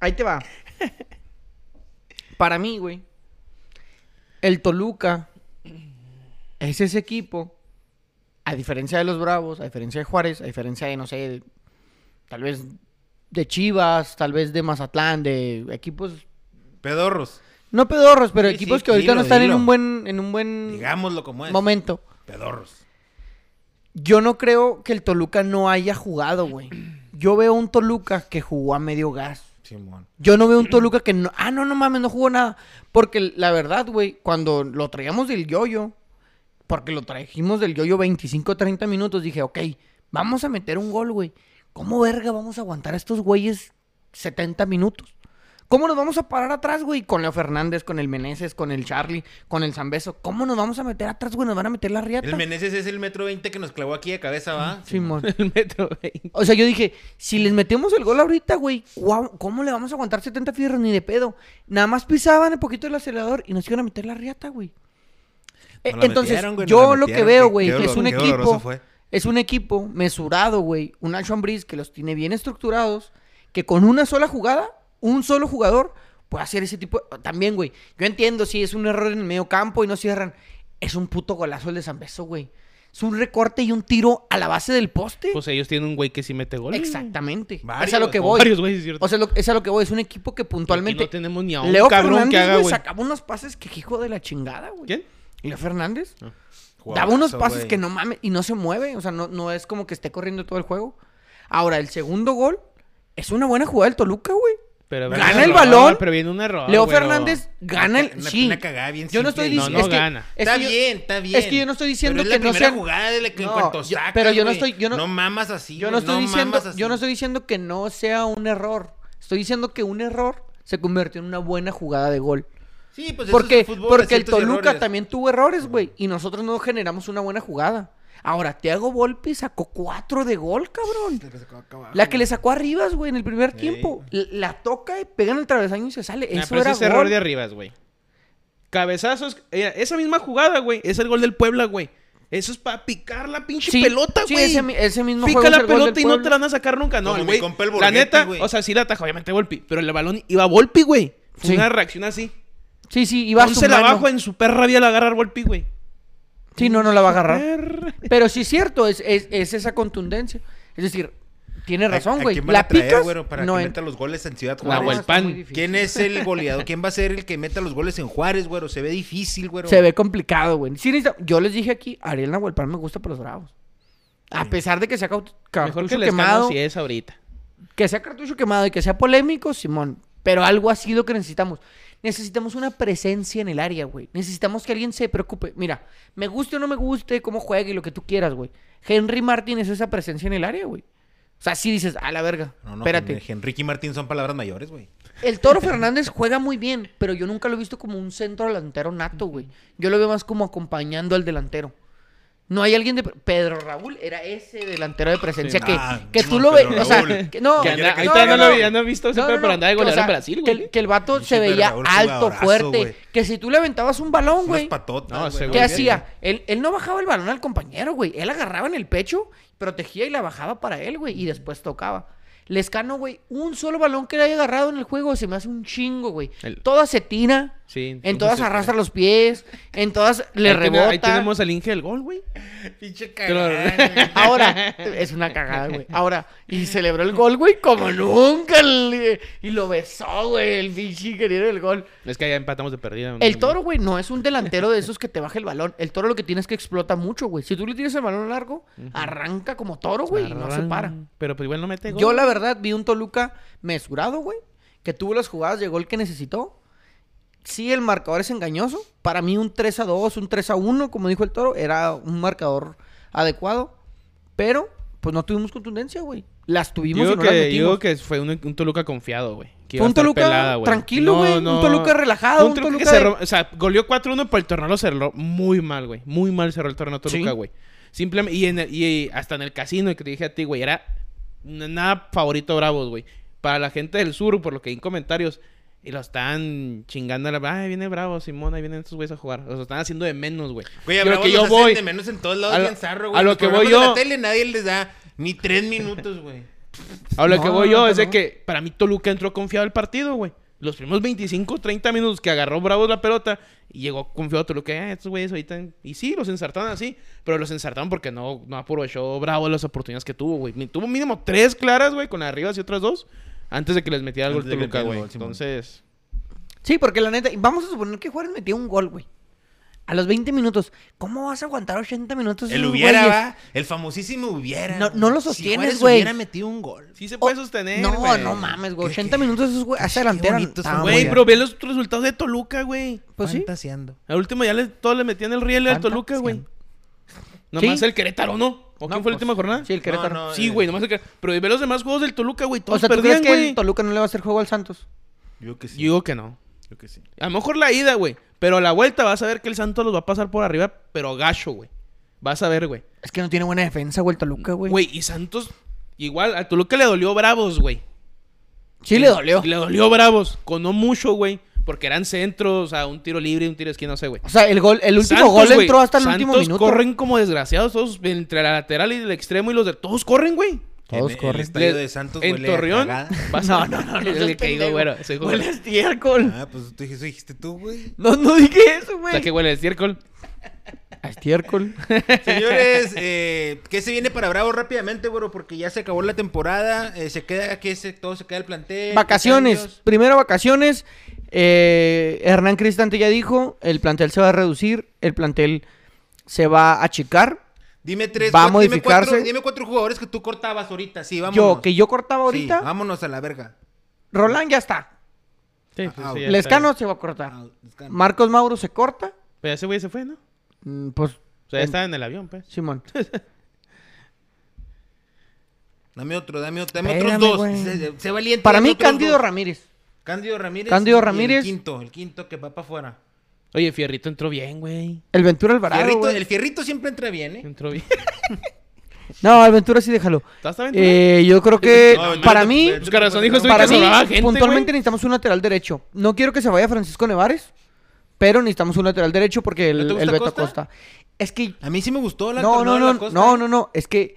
Ahí te va. Para mí, güey. El Toluca es ese equipo. A diferencia de los Bravos, a diferencia de Juárez, a diferencia de, no sé, de- tal vez de Chivas, tal vez de Mazatlán, de equipos. Pedorros. No pedorros, pero Sí, sí, equipos que ahorita dilo, no están dilo. pues. en un buen, en un buen Digámoslo como es. Mm. momento. Pedorros. Yo no creo que el Toluca no haya jugado, güey. Yo veo un Toluca que jugó a medio gas. Simón. Yo no veo un Toluca que no. Ah, no, no mames, no jugó nada. Porque la verdad, güey, cuando lo traíamos del yoyo, porque lo trajimos del yoyo 25, 30 minutos, dije, ok, vamos a meter un gol, güey. ¿Cómo verga vamos a aguantar a estos güeyes 70 minutos? ¿Cómo nos vamos a parar atrás, güey? Con Leo Fernández, con el Meneses, con el Charlie, con el Zambeso. ¿Cómo nos vamos a meter atrás, güey? Nos van a meter la riata. El Meneses es el metro 20 que nos clavó aquí de cabeza, ¿va? Simón. El metro, güey. O sea, yo dije, si les metemos el gol ahorita, güey, guau, ¿cómo le vamos a aguantar 70 fierros ni de pedo? Nada más pisaban un poquito el acelerador y nos iban a meter la riata, güey. Eh, la Entonces, metieron, güey, no yo la lo que metieron, veo, qué- güey, qué es dolor- un qué doloroso equipo, fue. es un equipo mesurado, güey, un Action Breeze que los tiene bien estructurados, que con una sola jugada, un solo jugador puede hacer ese tipo, también, güey, yo entiendo si es un error en el medio campo y no cierran, es un puto golazo el de San Beso, güey. Es un recorte y un tiro a la base del poste. Pues ellos tienen un güey que sí mete goles. güey. Exactamente. Varios, es a lo que ¿no? Con voy. Varios güeyes, ¿cierto? O sea, lo- es a lo que voy. Es un equipo que puntualmente. Aquí no tenemos ni a un Leo cabrón Fernández, que haga, güey, güey. sacaba unos pases que hijo de la chingada, güey. ¿Quién? Leo Fernández. Jugadorazo, Daba unos pases güey. que no mames y no se mueve. O sea, no, no es como que esté corriendo todo el juego. Ahora, el segundo gol es una buena jugada del Toluca, güey. Pero Gana viene un el error, balón. Pero viene un error. Leo Ah, güey, no. Fernández gana el. Una- sí. una cagada bien yo no simple. estoy No, diciendo. no es que- gana. es está que yo- bien, está bien. Es que yo no estoy diciendo Pero que es la no primera sean. jugada de la que en No, cuanto yo- sacas, pero yo no güey, estoy- yo no- mamas así. Yo no güey, estoy diciendo, mamas así. yo no estoy diciendo que no sea un error. Estoy diciendo que un error se convirtió en una buena jugada de gol. Sí, pues eso es Porque, fútbol, porque el aciertos y Toluca errores. también tuvo errores, güey. Y nosotros no generamos una buena jugada. Ahora, Thiago Volpi sacó cuatro de gol, cabrón. La que le sacó a Rivas, güey, en el primer Sí. tiempo. L- La toca, y pega en el travesaño y se sale. Nah, Eso pero ese era es error gol. de Arribas, güey. Cabezazos. eh, esa misma jugada, güey. Es el gol del Puebla, güey. Eso es para picar la pinche Sí, pelota, sí, güey. ese mi- ese mismo Pica juego es la el gol pelota del y no te Puebla. la van a sacar nunca. No, Como el mi güey. compa el La Borghetti, neta, güey. o sea, sí la ataja, obviamente Volpi. Pero el balón iba a Volpi, güey. Fue Sí. una reacción así. Sí, sí, iba a su Pónsela mano. abajo en su perra vía la agarrar Volpi, güey. Sí, no, no la va a Eh. agarrar. Perra. Pero sí es cierto, es, es- es esa contundencia. Es decir, tiene ¿A- razón, a güey. quién van La a traer, picas, güero, para no que entra. meta los goles en Ciudad Nahuel Juárez. Pan. ¿Quién es el goleador? ¿Quién va a ser el que meta los goles en Juárez, güero? Se ve difícil, güero. Se ve complicado, güey. Sí necesita- Yo les dije aquí, Ariel Nahuel Pan me gusta para los bravos. A pesar de que sea caut- Mejor cartucho que le quemado, escano si es ahorita. que sea cartucho quemado y que sea polémico, Simón. Pero algo así lo que necesitamos. Necesitamos una presencia en el área, güey. Necesitamos que alguien se preocupe. Mira, me guste o no me guste, cómo juegue, lo que tú quieras, güey. Henry Martin es esa presencia en el área, güey. O sea, sí dices, a la verga. No, no, espérate. Henry- Henrique y Martín son palabras mayores, güey. El Toro Fernández juega muy bien, pero yo nunca lo he visto como un centro delantero nato, güey. Yo lo veo más como acompañando al delantero. No hay alguien de... Pedro Raúl era ese delantero de presencia Sí. que, Ah, que no, tú lo ves... Pedro O sea, Raúl. que no... Que ayer anda- que- ahorita no, no, lo no. había no he visto No, siempre no, para andar de no, golear o sea, en Brasil, que güey. el- Que, el vato Pinche se veía Pedro Raúl, alto, jugadorazo, fuerte. güey. Que si tú le aventabas un balón, Unas güey... patotas, No, ese güey. ¿Qué Muy hacía? Él, él no bajaba el balón al compañero, güey. Él agarraba en el pecho, protegía y la bajaba para él, güey. Y después tocaba. Lescano, güey, un solo balón que le haya agarrado en el juego se me hace un chingo, güey. El- Todas se tira. Sí, En entonces, todas güey. arrastra los pies. En todas le Ahí tiene- rebota. Ahí tenemos al Inge del gol, güey. Pinche cagada, güey. Ahora, es una cagada, güey. Ahora, y celebró el gol, güey, como nunca. le- Y lo besó, güey, el pinche querido del gol. Es que ya empatamos de perdida. ¿no? El toro, güey, no es un delantero de esos que te baja el balón. El toro lo que tiene es que explota mucho, güey. Si tú le tienes el balón largo, arranca como toro, güey, y no se para. Pero pues igual no mete gol. Yo, la verdad, vi un Toluca mesurado, güey, que tuvo las jugadas de gol que necesitó. Sí, el marcador es engañoso. Para mí, un 3 a 2, un 3 a 1, como dijo el toro, era un marcador adecuado. Pero, pues no tuvimos contundencia, güey. Las tuvimos digo y no que, las metimos. digo que fue un, un Toluca confiado, güey. Que iba Fue a un estar Toluca pelada, güey. tranquilo, güey, un Toluca relajado, Fue un Un Toluca, que Toluca de- cerró, o sea, goleó 4-1, pero el torneo lo cerró muy mal, güey. Muy mal cerró el torneo Toluca, Sí. güey. Simplemente, y, en el- y hasta en el casino que te dije a ti, güey, era n- nada favorito Bravos, güey. Para la gente del sur, por lo que hay en comentarios, y lo están chingando a la... Ay, viene Bravo, Simón, ahí vienen estos güeyes a jugar. Los están haciendo de menos, güey. Güey, Y a lo Bravos que los yo hacen voy... de menos en todos lados, a lo- bien zarro, a güey. lo Los que voy yo- programas de la tele nadie les da ni tres minutos, güey. Ahora lo No, que voy no, yo no, es de no. que para mí Toluca entró confiado al partido, güey. Los primeros 25, 30 minutos que agarró Bravos la pelota y llegó confiado Toluca. "Ah, estos güeyes ahorita. en-". Y sí, los ensartaron así, pero los ensartaron porque no, no aprovechó Bravo las oportunidades que tuvo, güey. Ni- Tuvo mínimo tres claras, güey, con arriba y otras dos antes de que les metiera el gol Antes de que Toluca, metiera el güey. gol, Simón. Entonces, Oh, Sí, porque la neta, y vamos a suponer que Juárez metió un gol, güey. A los 20 minutos. ¿Cómo vas a aguantar 80 minutos? El esos hubiera, Pues, güeyes? ¿va? El famosísimo hubiera. No- no lo Si sostienes, Juárez güey. hubiera metido un gol. sí se puede Oh, sostener. No, güey. no mames, güey. Qué- 80 qué- minutos esos, güey. Hacia qué delantera. bonitos estaban, son, Güey, Ah, pero ve los resultados de Toluca, güey. Pues sí. Fantaseando. Al último ya le- todos le metían el riel al Toluca, güey. Nomás el Querétaro, ¿no? ¿O quién fue pues, la última jornada? Sí, el Querétaro. No, no, Sí, eh. güey, nomás el que... Pero ve los demás juegos del Toluca, güey. Todos o sea, ¿tú perdían, crees que güey. el Toluca no le va a hacer juego al Santos? Yo digo que sí. Yo digo que no. Yo que sí. A lo mejor la ida, güey. Pero la vuelta vas a ver que el Santos los va a pasar por arriba, pero gacho, güey. Vas a ver, güey. Es que no tiene buena defensa, güey, el Toluca, güey. Güey, y Santos, igual, a Toluca le dolió Bravos, güey. Sí le dolió. Le dolió Bravos, con no mucho, güey. Porque eran centros, o sea, un tiro libre, un tiro de esquina, no sé, güey. O sea, el gol, el último Santos, gol güey, entró hasta el Santos último minuto. corren como desgraciados, todos entre la lateral y el extremo y los de... Todos corren, güey. Todos En El corren. estadio Le- de Santos en huele a Torreón. cagada. Vas No, no, no, no. Es seas el que digo, pendejo. güey. Ese güey. Huele a estiércol. Ah, pues tú dijiste, eso dijiste tú, güey. No, no dije eso, O güey. sea, que huele a estiércol. A estiércol. Señores, eh, ¿qué se viene para Bravo rápidamente, bro? Porque ya se acabó la temporada. eh, se queda, que se, todo se queda el plantel. Vacaciones. cambios. Primero vacaciones. Eh, Hernán Cristante ya dijo, el plantel se va a reducir, el plantel se va a achicar. Dime tres, Va a cuatro- dime modificarse. cuatro, dime cuatro jugadores que tú cortabas ahorita. Sí, vamos. Yo, que yo cortaba ahorita, vámonos a la verga. Roland ya está. Sí, Ah, sí, güey. ya Lescano se va a cortar. Ah, descansa. Marcos Mauro se corta. está. Pero Pues ese güey se fue, ¿no? O Mm, Pues, sea, ya en- estaba en el avión, pues. Simón. Dame otro, dame otro, dame Espérame, otros dos. güey. Se, se- sé valiente. Para dame mí, otros Cándido dos. Ramírez. Cándido Ramírez. Cándido y- y Ramírez. el quinto, el quinto que va para afuera. Oye, Fierrito entró bien, güey. El Ventura Alvarado. Fierrito- güey. el fierrito siempre entra bien, ¿eh? Entró bien. No, el Ventura sí déjalo. ¿Estás también? Eh, yo creo que No, el para Ventura- mí, Ventura- Pues con razón dijo, Para soy para que mí, sobraba gente, puntualmente güey. necesitamos un lateral derecho. No quiero que se vaya Francisco Nevares, pero necesitamos un lateral derecho porque el, te gusta el Beto Costa? Costa? Es que A mí sí me gustó la no, no, tornada de no, la Costa. no, no, no, es que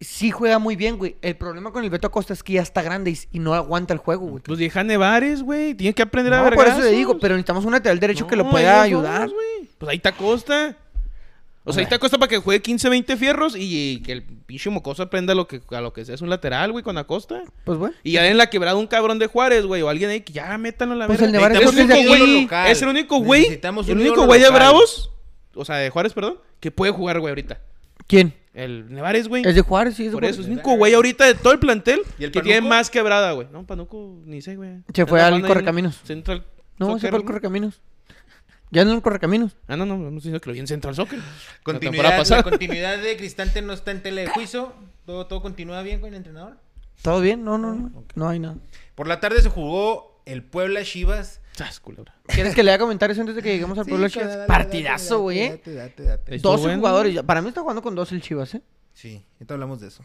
sí juega muy bien, güey. El problema con el Beto Acosta es que ya está grande y, y no aguanta el juego, güey. Pues deja Nevares, güey. Tienes que aprender a No, ver. por eso le digo, pero necesitamos un lateral derecho que lo pueda ayudar. pues ahí está Costa. O sea, ahí está Costa para que juegue 15, 20 fierros y, que el pinche mocoso aprenda lo que, a lo que sea. Es un lateral, güey, con Acosta. pues bueno. Y ya en la quebrada un cabrón de Juárez, güey, o alguien ahí que ya métanlo a la Pues verga. el Nevares es, el Costa es único de aquí. güey, es el único güey. Necesitamos un El único ídolo güey de local. Bravos, o sea, de Juárez, perdón, que puede jugar, güey, ahorita. ¿Quién? El Nevares, güey. Es de Juárez, sí, es de Por Juárez. eso, es el único güey ahorita de todo el plantel ¿Y el que tiene Panuco? más quebrada, güey. No, Panuco, ni sé, güey. Se fue Anda al jugando ahí en Correcaminos. Central. No, se Soccer, fue al Correcaminos. Ya no en el Correcaminos. Ah, no, no, no estoy diciendo que lo vi en Central Soccer. La Continuidad, temporada la, pasada. continuidad de Cristante no está en tela de juicio. Todo, todo continúa bien con el entrenador. ¿Todo bien? No, no, no. No hay nada. Por la tarde se jugó el Puebla Chivas. Sas, culebra. ¿Quieres que le haga comentarios antes de que lleguemos al Puebla Chivas? Partidazo, güey, ¿eh? Date, date, date. Estuvo 12 bueno. jugadores. Ya- Para mí está jugando con 12 el Chivas, ¿eh? Sí, ahorita hablamos de eso.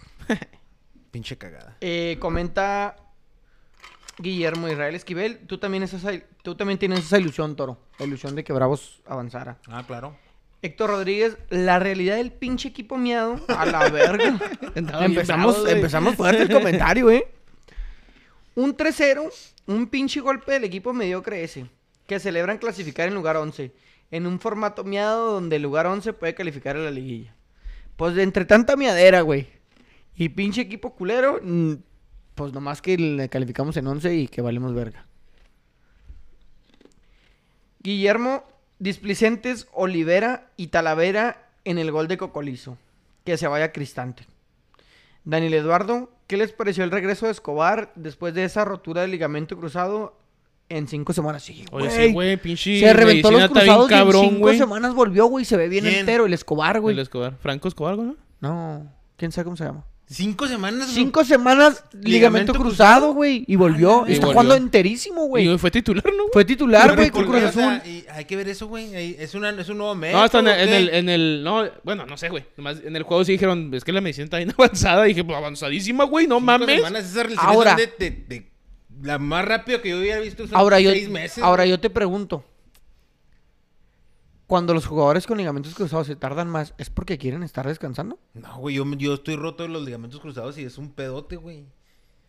Pinche cagada. Eh, comenta Guillermo Israel Esquivel. Tú también, estás ahí- tú también tienes esa ilusión, Toro. La ilusión de que Bravos avanzara. Ah, claro. Héctor Rodríguez, la realidad del pinche equipo miado. A la verga. Andaba bien empezamos, bravo, güey. empezamos fuerte el comentario, ¿eh? Un 3-0, un pinche golpe del equipo mediocre ese, que celebran clasificar en lugar 11, en un formato miado donde el lugar 11 puede calificar a la liguilla. Pues de entre tanta miadera, güey, y pinche equipo culero, mm, pues nomás que le calificamos en 11 y que valemos verga. Guillermo Displicentes, Olivera y Talavera en el gol de Cocolizo. Que se vaya Cristante. Daniel Eduardo, ¿qué les pareció el regreso de Escobar después de esa rotura del ligamento cruzado en cinco semanas? Sí, Oye, güey. sí, güey, pinche. se medicina reventó los está bien cruzados y en cabrón, cinco güey. semanas volvió, güey. Se ve bien ¿Quién? entero el Escobar, El güey. Escobar. Franco Escobar, güey. ¿no? No, quién sabe cómo se llama. Cinco semanas. güey? Cinco semanas ligamento, Ligamento cruzado, güey. Y volvió. Y Está volvió. jugando enterísimo, Y güey. güey, fue titular, ¿no, güey? Fue titular, Pero güey, ¿por con Cruz qué? O sea, Azul. y hay que ver eso, güey. ahí- Es, una, es un nuevo mes. No, hasta en el, en el, en el- No, bueno, no sé, güey. Nomás en el juego sí dijeron, es que la medicina está bien avanzada. Y dije, pues avanzadísima, güey, no mames. Semanas, esas lesiones Ahora. son de, de- de- la más rápido que yo hubiera visto son Ahora yo, seis meses. ahora yo te pregunto. Cuando los jugadores con ligamentos cruzados se tardan más, ¿es porque quieren estar descansando? No, güey, yo, yo estoy roto de los ligamentos cruzados y es un pedote, güey.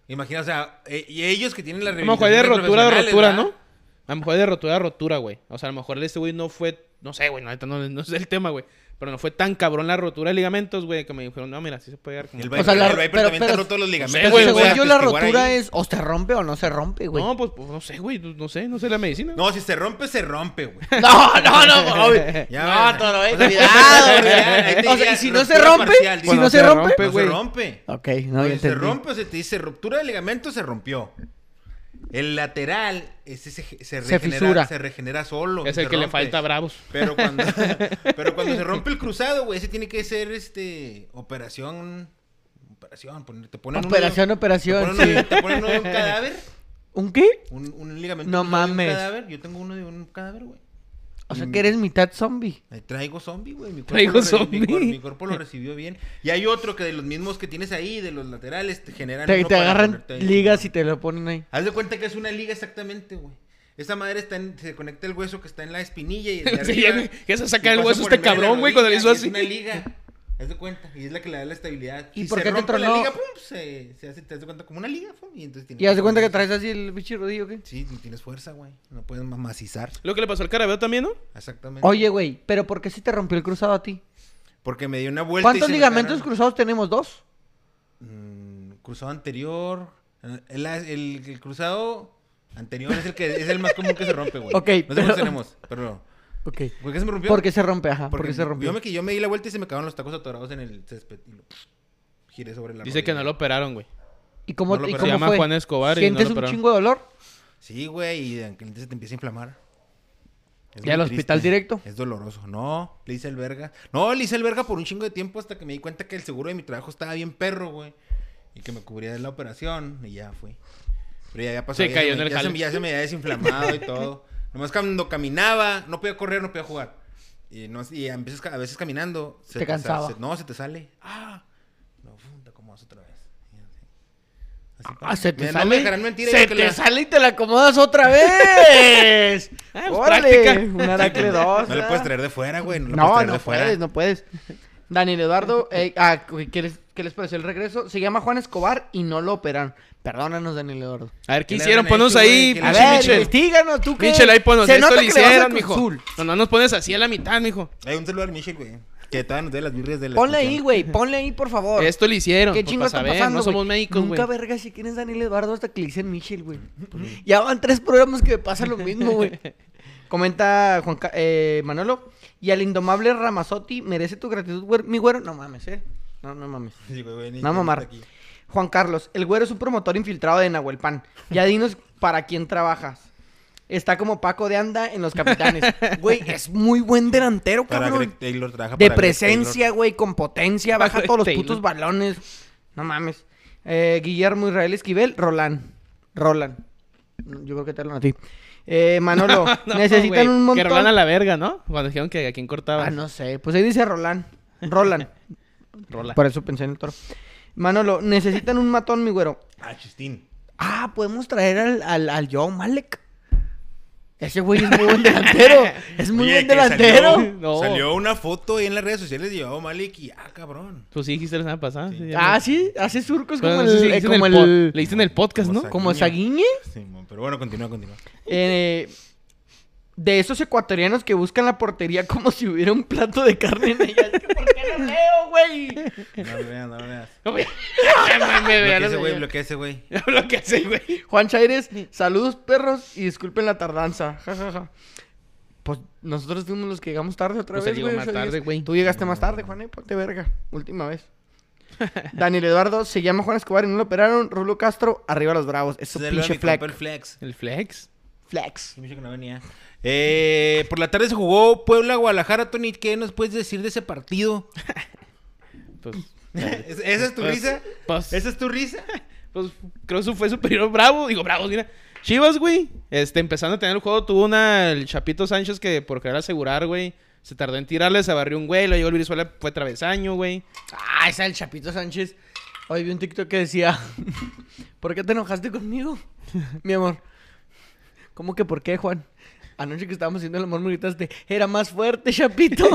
Imagina, o sea, eh, y ellos que tienen la A lo mejor de rehabilitación rotura, de profesionales, rotura, ¿verdad? ¿no? A lo mejor de rotura, rotura, güey. O sea, a lo mejor este güey no fue. No sé, güey, no, no, no sé el tema, güey. Pero no fue tan cabrón la rotura de ligamentos, güey, que me dijeron, no, mira, sí se puede dar como. El O Viper, sea, la- el Viper pero- también pero- está roto de los ligamentos. Eh, Pero güey, según güey, yo, la atestiguar rotura ahí. es o se rompe o no se rompe, güey. No, pues, pues, no sé, güey, no sé, no sé la medicina. No, si se rompe, se rompe, güey. No, no, no, güey. Ya, no, güey. Toro, eh, O sea, cuidado, güey. ahí te O sea, diría, y si no se ruptura rompe, parcial, si dice. no se rompe. No güey. se rompe. Ok, no, ya Oye, se entendí. rompe, o se te dice ruptura de ligamento, se rompió. El lateral, ese se, se regenera, fisura. se regenera solo. es se el que le rompe. falta a Bravos. Pero cuando, pero cuando se rompe el cruzado, güey, ese tiene que ser este operación. Operación, poner- te ponen un- Operación, te operación. ponen un- Te ponen un, cadáver ¿Un qué? Un, un ligamento. No cruzado de mames. Un cadáver. Yo tengo uno de un cadáver, güey. O Mm. sea que eres mitad zombie. Ahí traigo zombie, güey. Mi cuerpo Traigo lo re- Mi, zombie. cuer- mi cuerpo lo recibió bien. Y hay otro que de los mismos que tienes ahí, de los laterales, te generan. Te, uno te para agarran ponerte ahí. ligas y te lo ponen ahí. Haz de cuenta que es una liga exactamente, güey. Esa madre está en- se conecta el hueso que está en la espinilla y el de Sí, arriba, ya- ya se saca y el pasa hueso este por en medio de la cabrón, güey, cuando le rodilla, hizo así. y Es una liga. Haz de cuenta. Y es la que le da la estabilidad. ¿Y si por se qué te rompe tronó? la liga, pum, se, se hace, te das cuenta como una liga, pum, y entonces tienes ¿Y haz de cuenta que traes así el bicho rodillo qué? Sí, no tienes fuerza, güey. No puedes ma- macizar. Lo que le pasó al carabeo también, ¿no? Exactamente. Oye, güey, pero ¿por qué si te rompió el cruzado a ti? Porque me dio una vuelta. y ¿Cuántos se me ligamentos pararon. cruzados tenemos? ¿Dos? Mm, cruzado anterior. eh, El, el- el cruzado anterior es el que es el más común que se rompe, güey. Ok, No sé pero- cuántos tenemos, pero. Ok. ¿Por qué se me rompió? ¿Por qué se rompe? Ajá, ¿por Porque qué se rompió? Yo me, que yo me di la vuelta y se me acabaron los tacos atorados en el césped. Y lo, giré sobre la Dice rodilla. que no lo operaron, güey. ¿Y cómo, No lo y operé. cómo Se llama fue? Juan Escobar y no lo ¿Sientes un operaron. chingo de dolor? Sí, güey, y de- que se te empieza a inflamar. Es ¿Y al muy hospital directo? Es doloroso. No, le hice el verga. No, le hice el verga por un chingo de tiempo hasta que me di cuenta que el seguro de mi trabajo estaba bien perro, güey. Y que me cubría de la operación y ya fui. Pero ya había Se pasado. ya cayó me- en el ya se, jale. ya se me había desinflamado y todo. Nomás cuando caminaba, no podía correr, no podía jugar. Y, no, y a, veces, a veces caminando... Se Te sa- cansaba. se- no, se te sale. ¡Ah! No, puta, ¿cómo vas otra vez? Y así. Así Ah, pasa. se te Mira, sale. No me dejarán mentir. se yo te que la- sale y te la acomodas otra vez. Ah, pues, Órale, práctica. un aracle 2. No le puedes traer de fuera, güey. No, le No, puedes traer no de fuera. puedes, no puedes. Daniel Eduardo, eh, ah, ¿qué, les, ¿qué les pareció el regreso? Se llama Juan Escobar y no lo operaron. Perdónanos, Daniel Eduardo. A ver, ¿qué ¿Qué le hicieron? habrán Ponos hecho, ahí, güey? ¿Qué le A Sí, pinche ver, Michel. investíganos tú que. Michel, ahí ponos. Esto lo que le vas al hicieron, Cruz mijo. Azul. No, no nos pones así a la mitad, mijo. Hay un celular, Michel, güey. Que todavía nos dé las birrias de la Ponle ahí, excursión. güey, ponle ahí, por favor. Esto lo hicieron. ¿Qué pues, chingo para está saber, pasando? No somos güey? médicos, güey. Pues Nunca verga si quién es Daniel Eduardo hasta que le dicen Michel, güey. Ya van tres programas que me pasa lo mismo, güey. Comenta Juan Ca- eh, Manolo. Y al indomable Ramazotti, merece tu gratitud, güey. Mi güero, no mames, eh. No, no mames. Sí, güey, güey, ni No, siquiera mamar. está aquí. Juan Carlos, el güero es un promotor infiltrado de Nahuel Pan. Ya dinos para quién trabajas. Está como Paco de Anda en los capitanes. Güey, es muy buen delantero, Para cabrón. Greg Taylor Ah, trabaja De para Greg Taylor. presencia, güey, con potencia, baja Paco todos los Taylor. putos balones. No mames. Eh, Guillermo Israel Esquivel, Roland. Roland. Yo creo que te hablan a ti. Eh, Manolo, No, necesitan güey, un montón. Que rolan a la verga, ¿no? Cuando dijeron que a quién cortaba. Ah, no sé. Pues ahí dice Roland. Roland. Rola. Por eso pensé en el toro. Manolo, necesitan un matón, mi güero. Ah, Chistín. Ah, podemos traer al, al, al Joe Malek. Ese güey es muy buen delantero. Es muy Oye, buen que delantero. Salió, No. salió una foto ahí en las redes sociales y llevaba Malik y ah, cabrón. Pues sí, dijiste la semana pasada. Sí. ya Ah, me- sí, hace surcos Pero como no sé si el. eh, dijiste en como el pod- el. Le diste en el podcast, ¿no? Como Como Saguiñe. Sí, mon, pero bueno, continúa, continúa. Eh, de esos ecuatorianos que buscan la portería como si hubiera un plato de carne en ella. Es que, ¿Por qué lo leo, güey? No lo veas, no lo veas. Bloquea ese güey, Lo bloquea ese güey. que hace, güey. Juan Chaires, saludos perros y disculpen la tardanza. Ja, ja, ja. Pues nosotros fuimos los que llegamos tarde otra Pues él vez, llegó güey. más o sea, tarde, es- güey. Tú llegaste más tarde, Juan, eh, ponte verga. Última vez. Daniel Eduardo, se llama Juan Escobar y no lo operaron. Rulo Castro, arriba los bravos. Eso Saluda a pinche mi compa el flex. flex. El flex. Flex. Sí, me dijo que no venía. Eh, por la tarde se jugó Puebla-Guadalajara, Tony. ¿Qué nos puedes decir de ese partido? Pues, ¿Es- ¿Esa es tu Pues- risa? pues- ¿Esa es tu risa? pues creo que fue superior Bravo. Digo, Bravo, mira. Chivas, güey. Este, empezando a tener el juego, tuvo una. El Chapito Sánchez que por querer asegurar, güey. Se tardó en tirarle, se barrió un güey. Lo llegó el Brizuela, fue travesaño, güey. Ah, esa del Chapito Sánchez. Hoy vi un TikTok que decía, ¿por qué te enojaste conmigo? Mi amor. ¿Cómo que por qué, Juan? Anoche que estábamos haciendo el amor me gritaste, era más fuerte, Chapito.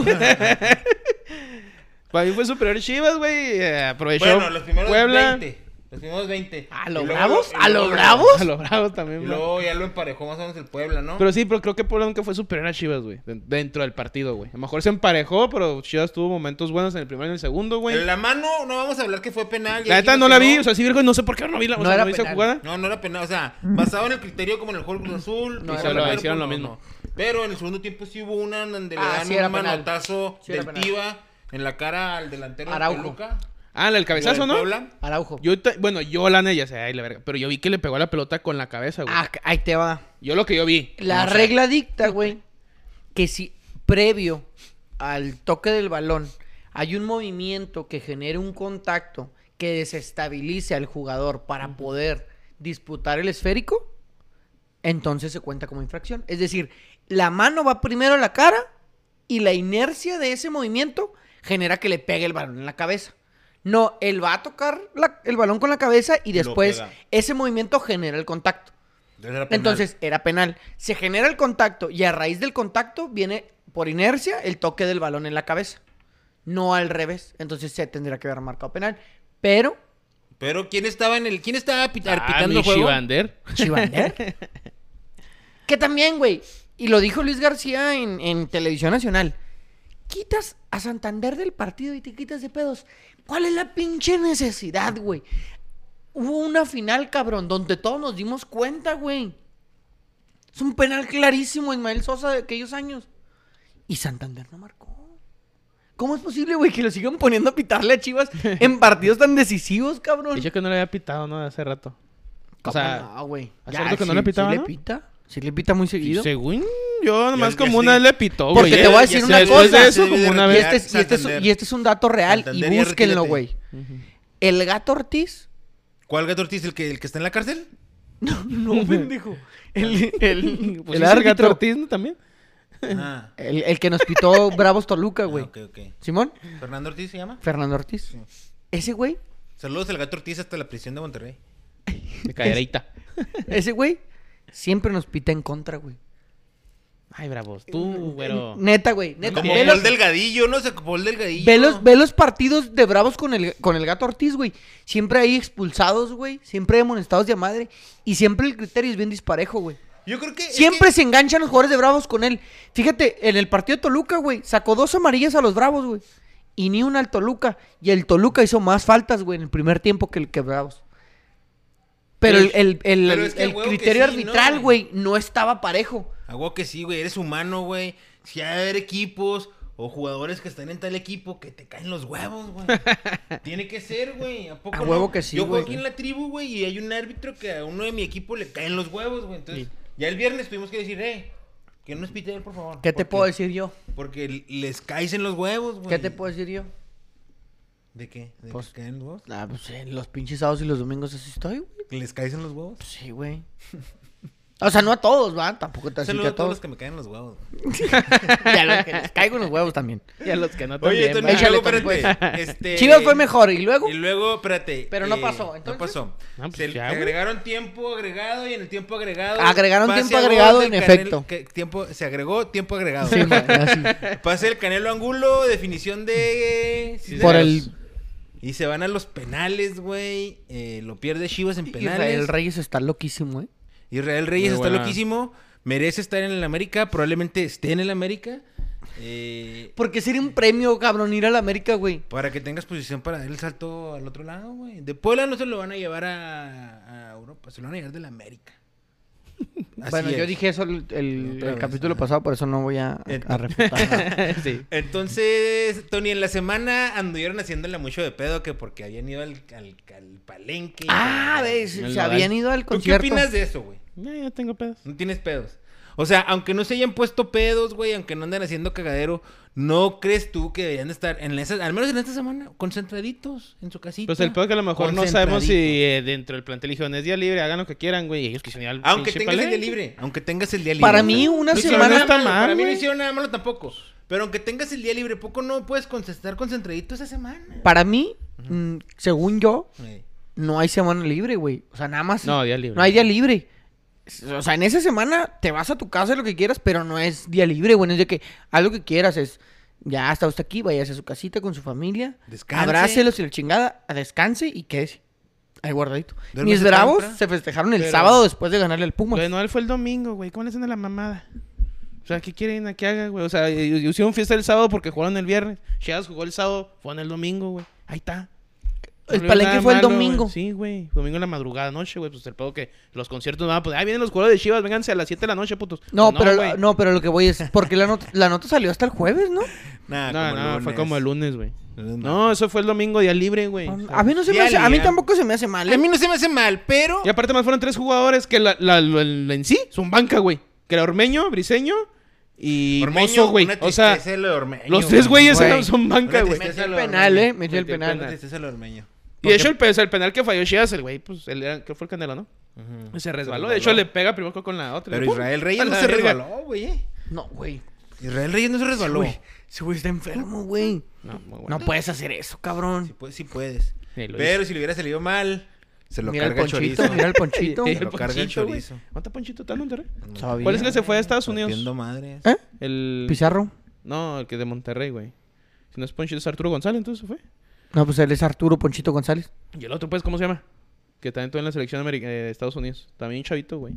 Para mí fue superior Chivas, güey. eh, aprovechó. Bueno, los primeros Puebla. 20. Los primeros 20. ¿A Y los luego- bravos? y ¿A luego- los bravos? A los Bravos también, Y güey. luego ya lo emparejó más o menos el Puebla, ¿no? Pero sí, pero creo que Puebla nunca fue superior a Chivas, güey. de- Dentro del partido, güey. A lo mejor se emparejó, pero Chivas tuvo momentos buenos en el primero y en el segundo, güey. En la mano no vamos a hablar que fue penal. ya La neta dijimos no que la vi, o sea, sí, Virgo, no sé por qué no vi la, o No sea, era no vi esa penal. jugada. No, no era penal. O sea, basado en el criterio como en el juego Cruz Azul. No y era se penal. cuerpo, Hicieron lo no, mismo. no. Pero en el segundo tiempo sí hubo una donde le Ah, dan sí un era penal. manotazo Sí era del penal. Tiva en la cara al delantero Araujo. de Toluca. Ah, la del Lo cabezazo, del ¿no? Puebla. Araujo. Yo, ta- bueno, yo la neta, ya sé, ay, la verga. Pero yo vi que le pegó a la pelota con la cabeza, güey. Ah, ahí te va. Yo lo que yo vi. ah, La no sé. regla dicta, güey, que si previo al toque del balón hay un movimiento que genere un contacto que desestabilice al jugador para poder disputar el esférico, entonces se cuenta como infracción. Es decir, la mano va primero a la cara y la inercia de ese movimiento genera que le pegue el balón en la cabeza. No, él va a tocar la- el balón con la cabeza y Lo después pega. ese movimiento genera el contacto. Entonces, era penal. Entonces era penal. Se genera el contacto y a raíz del contacto viene por inercia el toque del balón en la cabeza. No al revés. Entonces se tendría que haber marcado penal. Pero, Pero ¿quién estaba en el. ¿Quién estaba pit- Ah, arbitrando mi el juego? Chivander. Chivander. que también, güey. Y lo dijo Luis García en, en Televisión Nacional. Quitas a Santander del partido y te quitas de pedos. ¿Cuál es la pinche necesidad, güey? Hubo una final, cabrón, donde todos nos dimos cuenta, güey. Es un penal clarísimo, Ismael Sosa, de aquellos años. Y Santander no marcó. ¿Cómo es posible, güey, que lo sigan poniendo a pitarle a Chivas en partidos tan decisivos, cabrón? Dicho que no le había pitado, ¿no? Hace rato. O ¿Cómo sea, no, güey. ¿hace rato que no le pitaba, Sí no? le pita. Sí le pita muy seguido. según yo, nomás ya como sí. una vez le pitó, güey. Porque te ¿eh? voy a decir Ya una después cosa. de eso, como una Y vez. este, es, y este es- Santander. y este es un dato real Santander, y ya búsquenlo, retírate. güey. El gato Ortiz. ¿Cuál gato Ortiz? ¿El que, ¿El que está en la cárcel? No, no, pendejo. El, el, Pues sí, el el gato árbitro. Ortiz ¿no? también. Ah, El, el que nos pitó Bravos Toluca, ah, güey. ok, ok. Simón, ¿Fernando Ortiz se llama? Fernando Ortiz. Sí. Ese güey, Saludos al gato Ortiz hasta la prisión de Monterrey. De caderita. ese güey siempre nos pita en contra, güey. Ay, bravos. Tú, güero. Neta, güey. Neta. Como Ve Paul los- Delgadillo, ¿no? Se Paul Delgadillo. Ve los, ve los partidos de Bravos con el, con el gato Ortiz, güey. Siempre ahí expulsados, güey. Siempre amonestados de a madre. Y siempre el criterio es bien disparejo, güey. Yo creo que. es Siempre que- se enganchan los jugadores de Bravos con él. Fíjate, en el partido de Toluca, güey, sacó dos amarillas a los Bravos, güey. Y ni una al Toluca. Y el Toluca hizo más faltas, güey, en el primer tiempo que el que Bravos. Pero el, el- el- Pero es que el a huevo que criterio sí, ¿no, arbitral, güey? güey, no estaba parejo. A huevo que sí, güey. Eres humano, güey. Si hay haber equipos o jugadores que están en tal equipo que te caen los huevos, güey. Tiene que ser, güey. ¿A poco A no? huevo que sí, Yo güey. juego aquí en la tribu, güey, y hay un árbitro que a uno de mi equipo le caen los huevos, güey. Entonces, ya el viernes tuvimos que decir, eh, que no es pite él, por favor. ¿Qué te Porque- puedo decir yo? Porque les caes en los huevos, güey. ¿Qué te puedo decir yo? ¿De qué? ¿De Pues- que caen los huevos? Ah, pues en los pinches sábados y los domingos así estoy, güey. ¿Les caes en los huevos? Pues sí, güey. O sea, no a todos, ¿va? Tampoco te así que Saludos a a todos todos. los que me caen en los huevos. güey. Y a los que les caigo en los huevos también. Y a los que no Oye, también. entonces, ¿no? échale, luego, Tony, espérate, este- Chivas fue mejor. ¿Y luego? Y luego, espérate. eh, Pero no pasó, entonces. No pasó. Ah, pues Se- ya, se güey. agregaron tiempo agregado y en el tiempo agregado. Agregaron pase tiempo a gol agregado, del en Canel- efecto. que- tiempo, se agregó tiempo agregado. Sí, man, así. Pase el Canelo Angulo, definición de. Cisneros. Por el Y se van a los penales, güey. Eh, lo pierde Chivas en penales. Israel Reyes está loquísimo, ¿eh? Israel Reyes Muy está buena. loquísimo. Merece estar en el América. Probablemente esté en el América. Eh, Porque sería un premio, cabrón, ir a la América, güey. para que tengas posición para dar el salto al otro lado, güey. De Puebla no se lo van a llevar a, a Europa. Se lo van a llevar de la América. Así bueno, yo es. dije eso el, el- Otra el vez, capítulo ajá. pasado, por eso no voy a, a Entonces- refutar nada. sí. Entonces, Tony, en la semana anduvieron haciéndole mucho de pedo que porque habían ido al, al- al palenque. y ah, tal. ves, El se habían Nodal. ido al ¿Tú qué concierto. opinas de eso, güey? No, yo no tengo pedos. No tienes pedos. O sea, aunque no se hayan puesto pedos, güey, aunque no andan haciendo cagadero, ¿no crees tú que deberían de estar, en esas, al menos en esta semana, concentraditos en su casita? Pues el peor que a lo mejor no sabemos si Concentradito. eh, dentro del plantel dijeron es día libre, hagan lo que quieran, güey. Y ellos quisieron ir al Aunque pinche tengas el día palenque. libre, aunque tengas el día libre. Para mí, una No hicieron semana... nada. está mal, Para mí no güey. hicieron nada malo tampoco. Pero aunque tengas el día libre, poco no puedes con- estar concentradito esa semana. Para mí, mm, según yo, Eh, no hay semana libre, güey. O sea, nada más... No, día libre. No hay día libre. O sea, en esa semana te vas a tu casa lo que quieras, pero no es día libre, güey. No es de que haz lo que quieras, es ya está usted aquí, váyase a su casita con su familia, Descanse. abrácelos y la chingada, a descanse y quédese. Ahí guardadito. Duérmese Mis bravos temprano. se festejaron el Pero- sábado después de ganarle al Pumas. Lo de Noel fue el domingo, güey. ¿Cómo le hacen a la mamada? O sea, ¿qué quieren a que haga, güey? O sea, y- y- hicieron fiesta el sábado porque jugaron el viernes. Chivas jugó el sábado, fue en el domingo, güey. Ahí está. El veo palenque nada fue el malo, domingo. güey. Sí, güey. Domingo en la madrugada noche, güey. Pues el pedo que los conciertos no van a poner. Ah, vienen los jugadores de Chivas, vénganse a las 7 de la noche, putos. no, pero güey. no, pero lo que voy es porque la nota, la nota salió hasta el jueves, ¿no? Nah, No, Ah, como el no, fue lunes. como el lunes, güey. Lunes, No, eso fue el domingo, día libre, güey. O sea, Ah, A mí no se me Día hace- a mí libre. tampoco se me hace mal. ¿eh? A mí no se me hace mal, pero... Y aparte más fueron tres jugadores que la, la- la- la- en sí son banca, güey. Que era Ormeño, Briseño y Ormeño, Mozo, güey. una O sea, tristeza lo de Ormeño, los tres güeyes güey. eran- son banca, Una güey. tristeza Metió el lo de penal, Ormeño. ¿eh? Metió el Metió el penal. Una tristeza lo de Ormeño. Y de hecho, el, pe- el penal que falló Chivas, el güey, pues, el, era- que fue el Canelo, ¿no? Ujú. Se resbaló. De hecho, le pega primero con la otra. Pero ¡Pum! Ah, Israel Reyes A no la se verga. resbaló, güey. eh. No, güey. Israel Reyes no se Ese resbaló. güey- ese güey está enfermo, güey. No, muy bueno. No puedes hacer eso, cabrón. Si puedes, sí puedes. Sí, lo Pero si le hubiera salido mal, se lo mira el carga el ponchito, chorizo. mira el ponchito. Sí, Se lo carga el Ponchito, güey. chorizo. ¿Dónde está Ponchito? ¿Está en Monterrey? Sabía. ¿Cuál es el que se fue a Estados Unidos? Partiendo madres. ¿Eh? El... Pizarro. No, el que de Monterrey, güey. Si no es Ponchito, es Arturo González, entonces se fue. No, pues él es Arturo Ponchito González. Y el otro, pues, ¿cómo se llama? Que también estuvo en la selección ameri- eh, de Estados Unidos. También chavito, güey.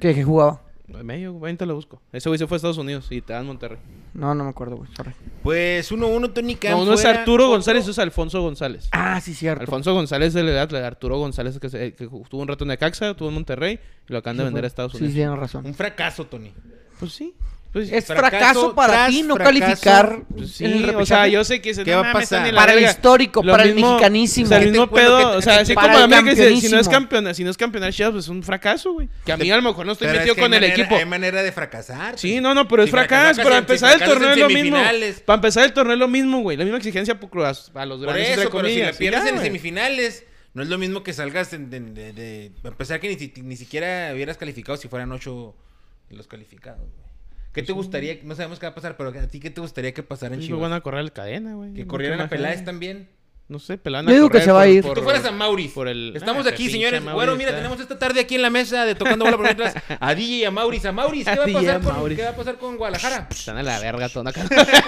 ¿Qué, que jugaba? En medio, güey, ahorita lo busco. Ese güey se fue a Estados Unidos y está en Monterrey. No, no me acuerdo, güey. sorry. Pues 1-1, Tony Khan. No, no es fuera. Arturo González, es Alfonso González. Ah, sí, cierto. Alfonso González de la edad, Arturo González que, se- eh, que ju- tuvo un rato en Necaxa, tuvo en Monterrey y lo acaban de Sí, vender fue. a Estados Sí, Unidos. tienes razón. Un fracaso, Tony. Pues sí. Pues, Es fracaso para tras ti no fracaso. calificar. pues sí, en el o sea, repechaje. yo sé que se ¿Qué va a pasar? Para el histórico, para el mexicanísimo. O sea, el Que te- mismo bueno, pedo, que te- o sea, que así te- como para a el mí que si, si no es campeonísimo. campeón, si no es campeonar Chivas, pues es un fracaso, güey. Que a mí a lo mejor no estoy Pero metido es que con hay el manera- equipo. Hay manera de fracasar. Sí, güey. no, no, pero es Si fracaso. fracasas Para en- empezar si el torneo fracasas es lo en mismo. semifinales. Para empezar el torneo es lo mismo, güey. La misma exigencia por- a, a los Por grandes, entre eso, pero si la comillas, y pierdes ya, en güey. semifinales, no es lo mismo que salgas en- de, de- de- a pesar que ni, si- ni siquiera hubieras calificado si fueran ocho los calificados. güey. ¿Qué te gustaría? No sabemos qué va a pasar, pero a ti qué te gustaría que pasara en Pues, güey, Chivas? van a correr el cadena, güey. que No corrieran creo a que Peláez bajen. también. No sé, Pelana. Yo digo que se va a ir. Tú fueras a Mauri. por el- Estamos Ah, aquí, pinche ah. señores. Mauri Bueno, mira, está- tenemos esta tarde aquí en la mesa de Tocando Bola por Mientras a DJ y a Mauriz. A Mauriz, ¿qué va a DJ pasar con, Mauriz. ¿qué va a pasar con Guadalajara? Están a la verga, tona.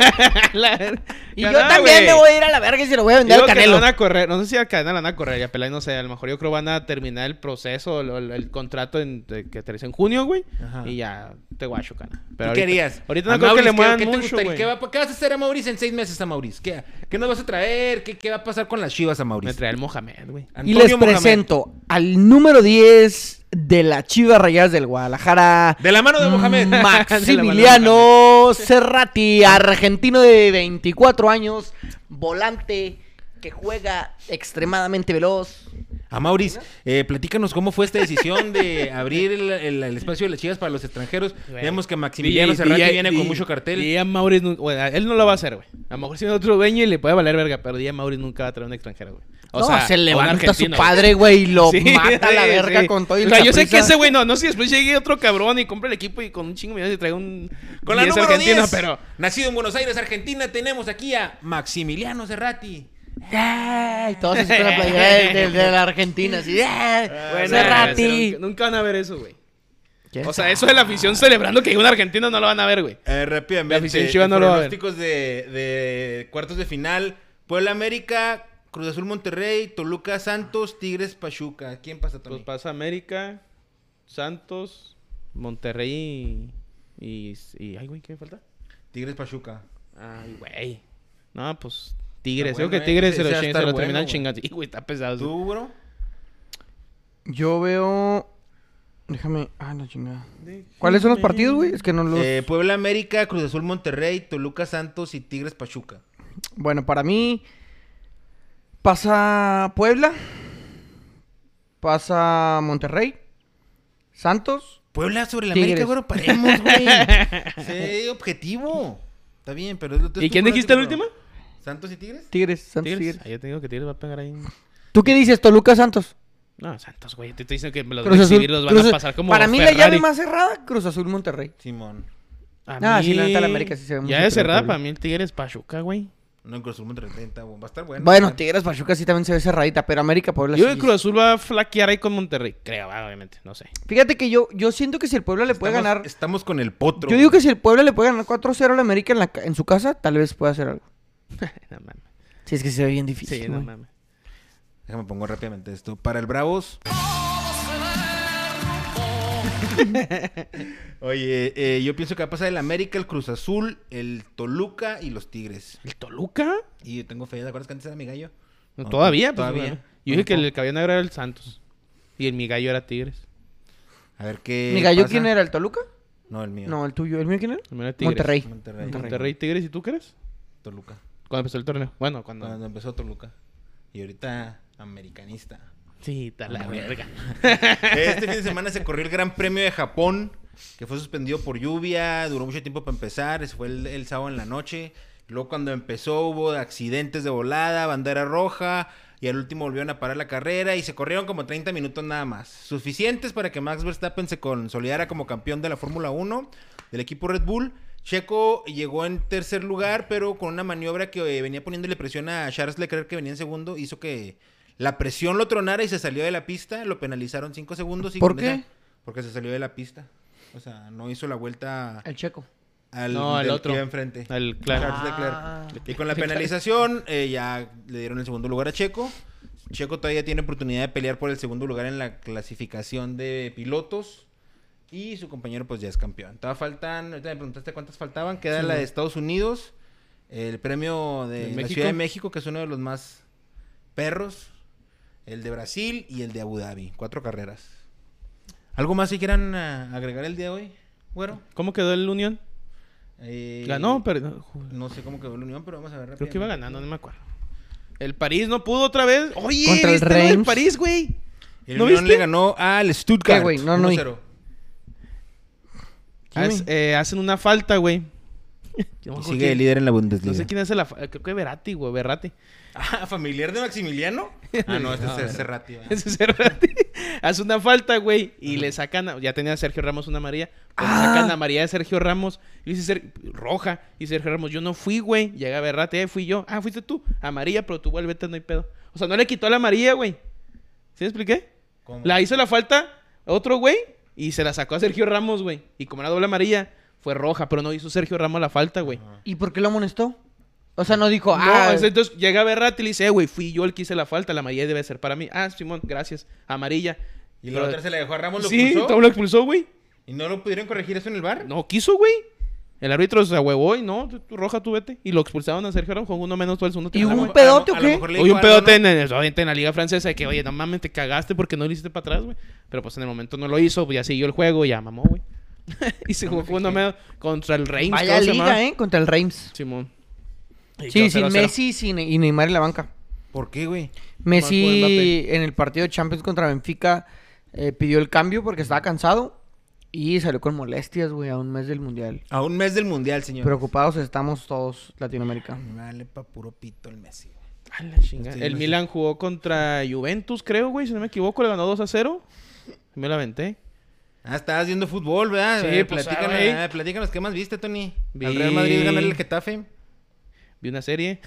La verga. Y Ya yo no, también güey. me voy a ir a la verga y se lo voy a vender Digo al que Canelo. la van a correr, no sé si a Cadena la van a correr, ya Peláez, no sé, a lo mejor yo creo van a terminar el proceso, el, el- el contrato en, de- que te en junio, güey, Ajá. y ya te guacho, Cana. ¿Qué Pero ahorita- querías? Ahorita A no creo Mauriz, que le ¿qué- muevan qué te mucho, gustaría? güey. ¿Qué, va a- qué vas a hacer a Mauriz en seis meses a Mauriz? ¿Qué, ¿Qué nos vas a traer? ¿Qué, qué va a pasar con las chivas a Me Mauriz? trae el Mohamed, güey. Y Antonio les Mohamed. presento al número 10 de la Chivas Rayadas del Guadalajara. De la mano de Mohamed. Mm, Maximiliano Mm, Cerrati, argentino de 24 años, volante que juega extremadamente veloz. A Mauriz, eh, platícanos cómo fue esta decisión de abrir el, el- el espacio de las chivas para los extranjeros. Güey. Vemos que Maximiliano DJ, Serrati DJ, viene con DJ, mucho cartel. DJ Mauriz, nu- bueno, a él no lo va a hacer, güey. A lo mejor si otro dueño y le puede valer verga, pero DJ Mauriz nunca va a traer un extranjero, güey. O no, sea, se o un levanta su argentino, güey. padre, güey, y lo Sí, mata a la sí, verga sí. con todo y O sea, yo sé Saprissa. que ese güey no, no sé si después llegue otro cabrón y compre el equipo y con un chingo de millones y traiga un. Con la 10 número argentino, 10, pero. nacido en Buenos Aires, Argentina, tenemos aquí a Maximiliano Serrati. ¡Ay! Todos se la playera de, de- de la Argentina, así. ¡ay! Cerrati. Nunca, nunca van a ver eso, güey. ¿Quién O sea, sabe? eso de la afición celebrando que llega un argentino no lo van a ver, güey. Eh, La rápidamente, afición chiva no lo va a ver. pronósticos de, de cuartos de final. Puebla América, Cruz Azul Monterrey, Toluca Santos, Tigres Pachuca. ¿Quién pasa Pues también? pasa América, Santos, Monterrey y. y, y- ay, güey, ¿qué me falta? Tigres Pachuca. Ay, güey. No, pues. Tigres, Está bueno, creo que eh. Tigres se Ese- lo, ese va a chin- se estar lo bueno, terminan güey. chingando. Y, güey, está pesado. ¿Tú, bro? Yo veo. Déjame. Ah, la chingada. ¿Cuáles son los partidos, güey? Es que no los. Eh, Puebla América, Cruz Azul Monterrey, Toluca Santos y Tigres Pachuca. Bueno, para mí. Pasa Puebla. Pasa Monterrey. Santos. Puebla sobre la Tigres. América, güero, paremos, güey. sí, objetivo. Está bien, pero... es lo- es ¿Y tu quién dijiste el pronóstico, último? bro. ¿Santos y Tigres? Tigres. Santos, Tigres. Tigres. Ah, yo tengo que Tigres va a pegar ahí. un- ¿Tú qué dices, Toluca Santos? No, Santos, güey. Te estoy diciendo que me los Cruz van a Azul. exhibir, los van Cruz- a pasar como para mí la Ferrari. llave más cerrada, Cruz Azul Monterrey. Simón. A Ah, sí, la neta, la América sí se ve muy Ya de superior, cerrada, Puebla. para mí el Tigres Pachuca, güey. No, Cruz Azul Monterrey está bueno. Va a estar bueno. Bueno, Tigres Pachuca sí también se ve cerradita, pero América Puebla Yo creo que sí- Cruz Azul va a flaquear ahí con Monterrey. Creo, ah, obviamente, no sé. Fíjate que yo, yo siento que si el Puebla le puede Estamos- ganar. Estamos con el potro. Yo digo que si el Puebla le puede ganar 4-0 al América en, la ca- en su casa, tal vez pueda hacer algo. no mames. Sí, es que se ve bien Sí, difícil. no güey. mames. Déjame pongo rápidamente esto. Para el Bravos. Oye, eh, yo pienso que va a pasar el América, el Cruz Azul, el Toluca y los Tigres. ¿El Toluca? Y yo tengo fe, ¿te acuerdas que antes era mi gallo? No, todavía, pues, todavía. bueno. Yo dije que el que había negro era el Santos. Y el mi gallo era Tigres. A ver qué. ¿Mi gallo pasa. quién era? ¿El Toluca? No, el mío. No, el tuyo. ¿El mío quién era? El mío era Tigres. Monterrey. Monterrey. Monterrey, Tigres, ¿y tú qué eres? Toluca. Cuando empezó el torneo. Bueno, cuando. Cuando empezó Toluca. Y ahorita, americanista. Sí, está la Ah, verga. Este fin de semana se corrió el Gran Premio de Japón, que fue suspendido por lluvia, duró mucho tiempo para empezar, ese fue el, el sábado en la noche. Luego cuando empezó hubo accidentes de volada, bandera roja, Y al último volvieron a parar la carrera y se corrieron como 30 minutos nada más. Suficientes para que Max Verstappen se consolidara como campeón de la Fórmula 1 del equipo Red Bull. Checo llegó en tercer lugar, pero con una maniobra que eh, venía poniéndole presión a Charles Leclerc, que venía en segundo, hizo que la presión lo tronara y se salió de la pista. Lo penalizaron 5 segundos. Y ¿Por con qué? esa- porque se salió de la pista. O sea, no hizo la vuelta El checo. al No, al del otro. que iba enfrente. Al claro. Charles Ah. Leclerc. Y con la penalización eh, ya le dieron el segundo lugar a Checo. Checo todavía tiene oportunidad de pelear por el segundo lugar en la clasificación de pilotos. Y su compañero pues ya es campeón. Todavía faltan, ahorita me preguntaste cuántas faltaban. Queda la de Estados Unidos, el premio de, ¿De la México? Ciudad de México, que es uno de los más perros, el de Brasil y el de Abu Dhabi. Cuatro carreras. ¿Algo más si quieran ah, agregar el día de hoy? Eh, Bueno. ¿Cómo quedó el Unión? Ganó, pero No sé cómo quedó la unión, pero vamos a ver rápido. creo que iba ganando, no me acuerdo. El París no pudo otra vez. Oye, este Contra el ¿viste lo del Reims. París, güey. El ¿No Unión viste? le ganó al Stuttgart. ¿Qué, güey? No, no vi. Ah, 1-0. Haz- eh, hacen una falta, güey. Yo me Y acuerdo sigue que- el líder en la Bundesliga. No sé quién hace la falta. Creo que Verati, güey. Verratti. Ah, ¿familiar de Maximiliano? Ah, no, este es Cerrati. ¿verdad? Ese Cerrati. Hace una falta, güey. Y le sacan. a- ya tenía a Sergio Ramos una amarilla. pero le Ah. Sacan la amarilla de Sergio Ramos. Y dice Ser- roja. Y Sergio Ramos, yo no fui, güey. Llega Berrate, eh, fui yo. Ah, fuiste tú. Amarilla, pero tú vuélvete, no hay pedo. O sea, no le quitó la amarilla, güey. ¿Sí me expliqué? ¿Cómo? La hizo la falta otro güey. Y se la sacó a Sergio Ramos, güey. Y como era doble amarilla, fue roja. Pero no hizo Sergio Ramos la falta, güey. ¿Y por qué lo amonestó? O sea, no dijo, No, ah, es- entonces llega Berratti y le dice, "Eh, güey, fui yo el que hice la falta, la amarilla debe ser para mí. Ah, Simón, gracias. Amarilla. Y la Pero- otra se la dejó a Ramos, lo Sí, expulsó, todo lo expulsó, güey. ¿Y no lo pudieron corregir eso en el bar? No quiso, güey. El árbitro se huevó y no, tú, tú roja, tú vete. Y lo expulsaron a Sergio Ramos con uno menos todo el segundo ¿Y tiempo. hubo un A lo pedote mo- o a lo qué? mejor le Oye, dijo un a Ramos- pedote en, en- obviamente en la liga francesa de que, oye, no mames, te cagaste porque no lo hiciste para atrás, güey. Pero pues en el momento no lo hizo, pues ya siguió el juego y ya mamó, güey. y se jugó con uno menos contra el Reims. vaya creo se liga, llamaba. ¿eh? Contra el Reims. Simón. Y quedó Sí, sin 0-0. Messi sin, y Neymar en la banca. ¿Por qué, güey? Marcó Messi Mbappé. en el partido de Champions contra Benfica eh, pidió el cambio porque estaba cansado y salió con molestias, güey, a un mes del Mundial. A un mes del Mundial, señor. Preocupados estamos todos Latinoamérica. Vale pa' puro pito el Messi. güey. A la chingada. Estoy El viendo Milan jugó contra Juventus, creo, güey, si no me equivoco, le ganó 2 a 0. Me la aventé. Ah, estabas viendo fútbol, ¿verdad? Sí, Eh, pues, platícanos, ah, güey. ah, platícanos, ¿qué más viste, Tony? Vi- ¿Al Real Madrid ganar el Getafe? Vi una serie.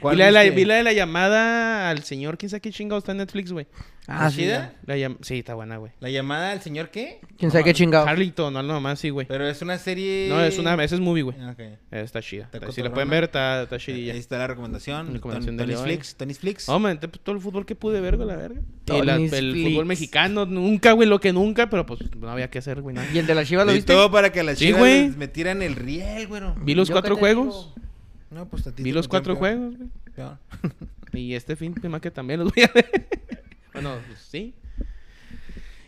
¿Cuál vi, la de la, viste? vi la de la llamada al señor, quién sabe qué chingado está en Netflix, güey. Ah, sí. ¿Chida? La llam- Sí, está buena, güey. ¿La llamada al señor qué? ¿Quién sabe qué chingado? Harlington, no, no, más, sí, güey. Pero es una serie... No, es una, esa es movie, güey. Ah, ok. Eh, Está chida. Está Si la cotorrona. pueden ver, está, está chidilla. Ahí está la recomendación. Recomendación Tony de León. Flix. Tony Flix. No, me aventé todo el fútbol que pude ver, güey, la verga. Y la- Tony's el Flix. fútbol mexicano, nunca, güey, lo que nunca, pero pues no había que hacer, güey, nada. ¿Y el de la Chivas lo Y viste? todo para que a las Sí, chivas güey. les metieran el riel, güero. Vi los Yo cuatro qué te digo. juegos. No, pues a ti Vi te los cuatro metieron peor, juegos, güey. peor. Y este fin de más que también los voy a ver. bueno, pues sí.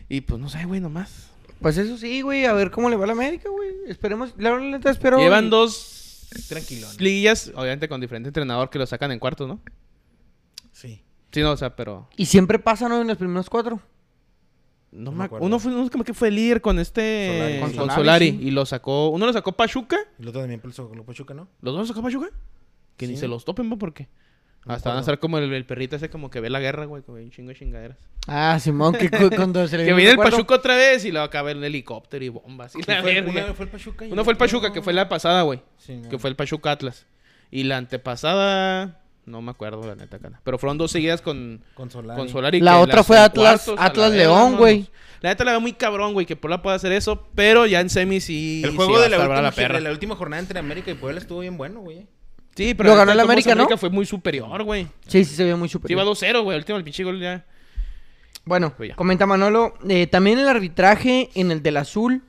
Y pues no sé, güey, nomás. Pues eso sí, güey, a ver cómo le va a la América, güey. Esperemos, la verdad neta, espero. Llevan dos Tranquilón. liguillas, obviamente con diferente entrenador que lo sacan en cuartos, ¿no? Sí. Sí, no, o sea, pero. Y siempre pasan ¿no? en los primeros cuatro. No No me me ac- acuerdo. uno fue, uno como que fue líder con este Solari, con, sí. con Solari, Solari sí. y lo sacó, uno lo sacó Pachuca, El otro también por el Pachuca, ¿no? los dos lo sacó Pachuca, que ni Sí. se los topen, ¿no? porque No me hasta van a acuerdo. ser como el, el perrito ese como que ve la guerra, güey, como un chingo de chingaderas. Ah, Simón, que cu- cuando se le Que vino viene el recuerdo. Pachuca otra vez y lo acaba en helicóptero y bombas y la Sí, fue- verga. una fue el Pachuca. y Uno fue el otro- Pachuca, que fue la pasada, güey. Sí, no. Que fue el Pachuca Atlas. Y la antepasada, no me acuerdo la neta, cana. Pero fueron dos seguidas con, Con Solari. con Solari. La que otra las fue en Atlas- cuartos, a la Atlas verga, León, no, güey. no. La neta la veo muy cabrón, güey, que Puebla puede hacer eso, pero ya en semis sí. El sí juego va a de, la estar última, brava de la última jornada entre América y Puebla estuvo bien bueno, güey. Sí, pero Lo la ganó neta, el como América, ¿no? Pues América fue muy superior, güey. Sí, sí, se ve muy Sí, iba superior. 2-0, güey. El último, el pinche gol ya. bueno, Pues ya. comenta Manolo. eh, también el arbitraje en el del azul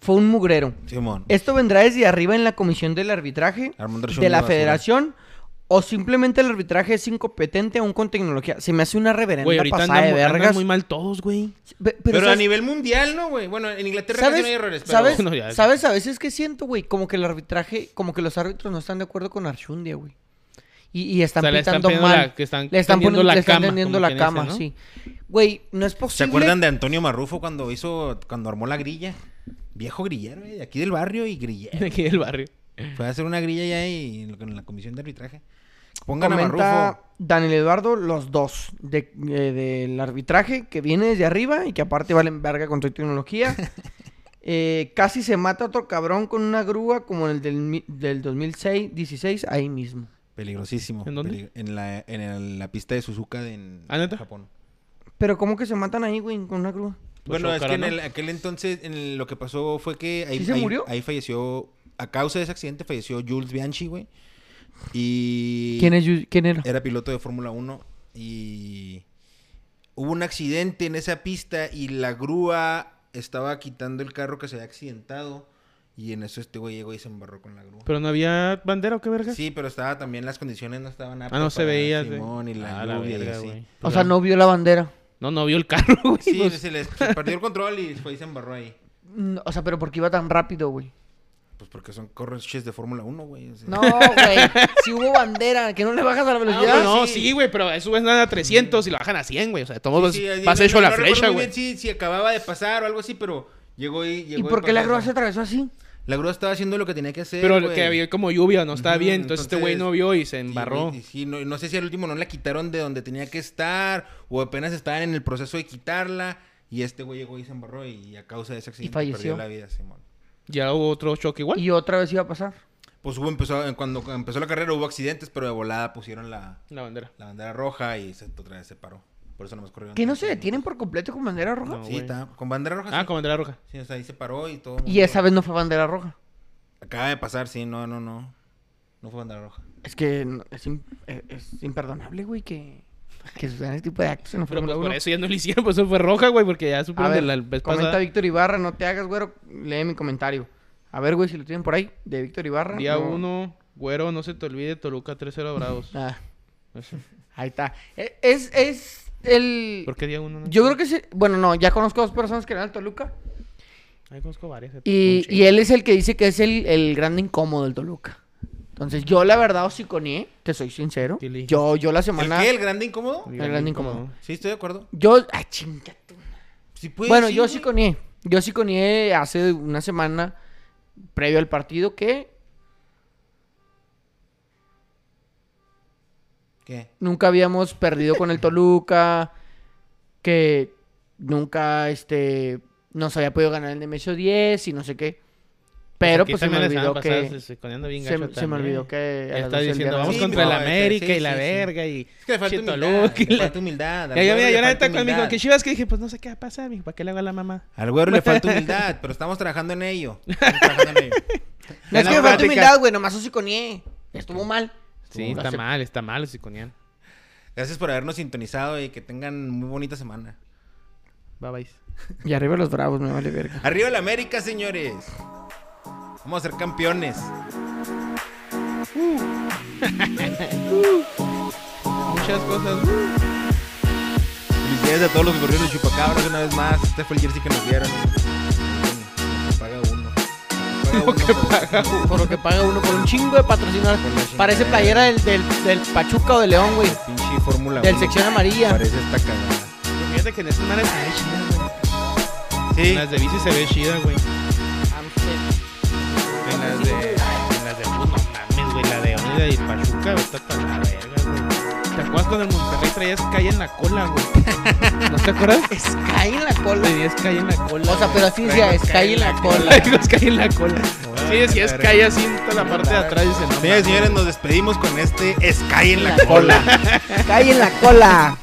fue un mugrero. Simón. ¿Esto vendrá desde arriba en la comisión del arbitraje Armando Archundia de la basura. federación? ¿O simplemente el arbitraje es incompetente aún con tecnología? Se me hace una reverenda Güey, ahorita pasada andan, de andan vergas. muy mal todos, güey. Pe- Pero, ¿sabes- a nivel mundial, ¿no, güey? Bueno, en Inglaterra casi ¿Sabes? no hay errores, pero... ¿Sabes? No, ya. ¿Sabes? A veces que siento, güey, como que el arbitraje, como que los árbitros no están de acuerdo con Archundia, güey. Y, y están O sea, le están pitando poniendo mal. la- que están le están tendiendo poniendo la le están cama, tendiendo como la quien dice, cama, ¿no? sí. Güey, no es posible. ¿Se acuerdan de Antonio Marrufo cuando hizo... Cuando armó la grilla? Viejo grillero, güey. De aquí del barrio y grillero. Aquí del barrio. Fue a hacer una grilla ya y en lo- en la comisión de arbitraje. Pongan a Comenta Marrufo. Daniel Eduardo los dos de- eh, del arbitraje que viene desde arriba y que aparte valen verga con tu tecnología. Eh, casi se mata otro cabrón con una grúa como el del, mi- del 2006-16 ahí mismo. Peligrosísimo. ¿En dónde? Peli- en la, en el- la pista de Suzuka de- en ¿Ah, neta? Japón. Pero ¿cómo que se matan ahí, güey, con una grúa? Pues bueno, es que en Shokara, el- aquel entonces en el- lo que pasó fue que ahí, ¿Sí se ahí- murió? ahí falleció, a causa de ese accidente falleció Jules Bianchi, güey. Y Eh, ¿Quién, es, Yu- ¿Quién era? era piloto de Fórmula 1 y hubo un accidente en esa pista y la grúa estaba quitando el carro que se había accidentado y en eso este güey llegó y se embarró con la grúa. Pero no había bandera o qué verga. Sí, pero estaba también las condiciones no estaban Ah, no se veía. preparadas, sí. Simón, y la Ah, lluvia y verga, así. güey. O sea, no vio la bandera. No, no vio el carro, güey. Sí, Pues, se les se perdió el control y fue y se embarró ahí. Mm, O sea, pero ¿por qué iba tan rápido, güey? Pues porque son correches de Fórmula 1, güey. o sea. No, güey. si hubo bandera, que no le bajas a la Ah, velocidad. güey, no, sí. sí, güey, pero eso es nada a 300 y lo bajan a 100, güey. O sea, Sí, todos sí, ahí vas digo, hecho pues, no- la no recuerdo flecha, muy güey. bien Si, si acababa de pasar o algo así, pero llegó y llegó ¿Y por qué la pasó grúa eso. se atravesó así? La grúa estaba haciendo lo que tenía que hacer, Pero güey. que había como lluvia, no estaba Ujú, bien. Entonces, este güey entonces- no vio y se Sí, güey, embarró. y sí, no, no sé si al último no la quitaron de donde tenía que estar o apenas estaban en el proceso de quitarla y este güey llegó y se embarró y a causa de ese accidente falleció. perdió la vida, Simón. Ya hubo otro choque igual. Y otra vez iba a pasar. Pues hubo, empezó, cuando empezó la carrera hubo accidentes, pero de volada pusieron la, La bandera. la bandera roja y se, otra vez se paró. Por eso nomás corrieron. ¿Que no se 30 detienen por completo con bandera roja? No, minutos. güey. Sí, está. Con bandera roja. Ah, sí. con bandera roja. Sí, o sea, ahí se paró y todo. Y esa vez no fue bandera roja. Acaba de pasar, sí, no, no, no. No fue bandera roja. Es que no- es, im- eh, es imperdonable, güey, que, pues, que sucedan ese tipo de actos en la Pero Fórmula pues por 1. eso ya no lo hicieron, pues eso fue roja, güey, porque ya A supieron de ver, la vez comenta pasada. Víctor Ibarra, no te hagas, güero, lee mi comentario. A ver, güey, si lo tienen por ahí, de Víctor Ibarra. Día no. 1, güero, no se te olvide, Toluca 3-0 bravos. Ah, ahí está. E- Es, es el... ¿Por qué día 1? Yo creo que sí. Bueno, no, ya conozco dos personas que eran Toluca. Ahí conozco varias. Y, un y chingo. él es el que dice que es el, el grande incómodo del Toluca. Entonces, yo la verdad hociconeé, te soy sincero. ¿Qué le dijiste? Yo, yo la ¿El semana... qué? ¿El grande incómodo? El grande grande incómodo. incómodo. Sí, estoy de acuerdo. Yo... Ah, chinga tú. Sí, Pues puede bueno, ser, yo güey. sí conié. Yo sí conié hace una semana previo al partido que ¿Qué? nunca habíamos perdido con el Toluca, que nunca este nos había podido ganar el Nemesio 10 y no sé qué. Pero Aquí pues se me también olvidó estaban pasadas, que se- se coneando bien se, gacho se me también. olvidó que a Ya las está 12 del diciendo, día vamos Sí, era- contra no, la este, América sí, y la sí, sí. verga y... Es que le falta che, humildad. Toluca y Le la- falta humildad. al Ya, yo, güero mira, le yo la falta neta cuando me dijo humildad. que Chivas, que dije, pues no sé qué va a pasar, mijo, ¿para qué le hago a la mamá? Al güero le falta humildad, pero estamos trabajando en ello. Estamos trabajando en ello. No, la es que me falta práctica. humildad, güey, nomás hociconié. Estuvo mal. Sí, Lo está acepto. mal, está mal, Siconian. Gracias por habernos sintonizado y que tengan muy bonita semana. Bye bye. Y arriba los bravos, me vale verga. Arriba la América, señores. Vamos a ser campeones. Muchas cosas. Felicidades a todos los que corrieron el chupacabras una vez más. Este fue el jersey que nos dieron. Paga uno. Paga uno. pero- Por lo que paga uno por un chingo de patrocinadores. Por la chingada. Parece playera del, del, del Pachuca o de León, güey. Pinche Fórmula Del 1. sección amarilla. Parece esta cagada. Fíjate que en estas manos se ve chida, güey. Sí. En las de bici se ve chida, güey. En las de. En las de. Uh, no mames, güey. La de Onida y Pachuca, güey. Está para la verga, güey. ¿Te acuerdas cuando el Monterrey traías calle en la cola, güey? ¿No te acuerdas? Sky en la cola. Tenías calle en la cola. O sea, pero así decía, Traigo Sky Sky en la cola. Traías calle en la cola. Sí, decías verga. calle así en toda la parte de atrás. Dice, no Señoras y mames. señores, nos despedimos con este Sky en la cola. Sky en la cola.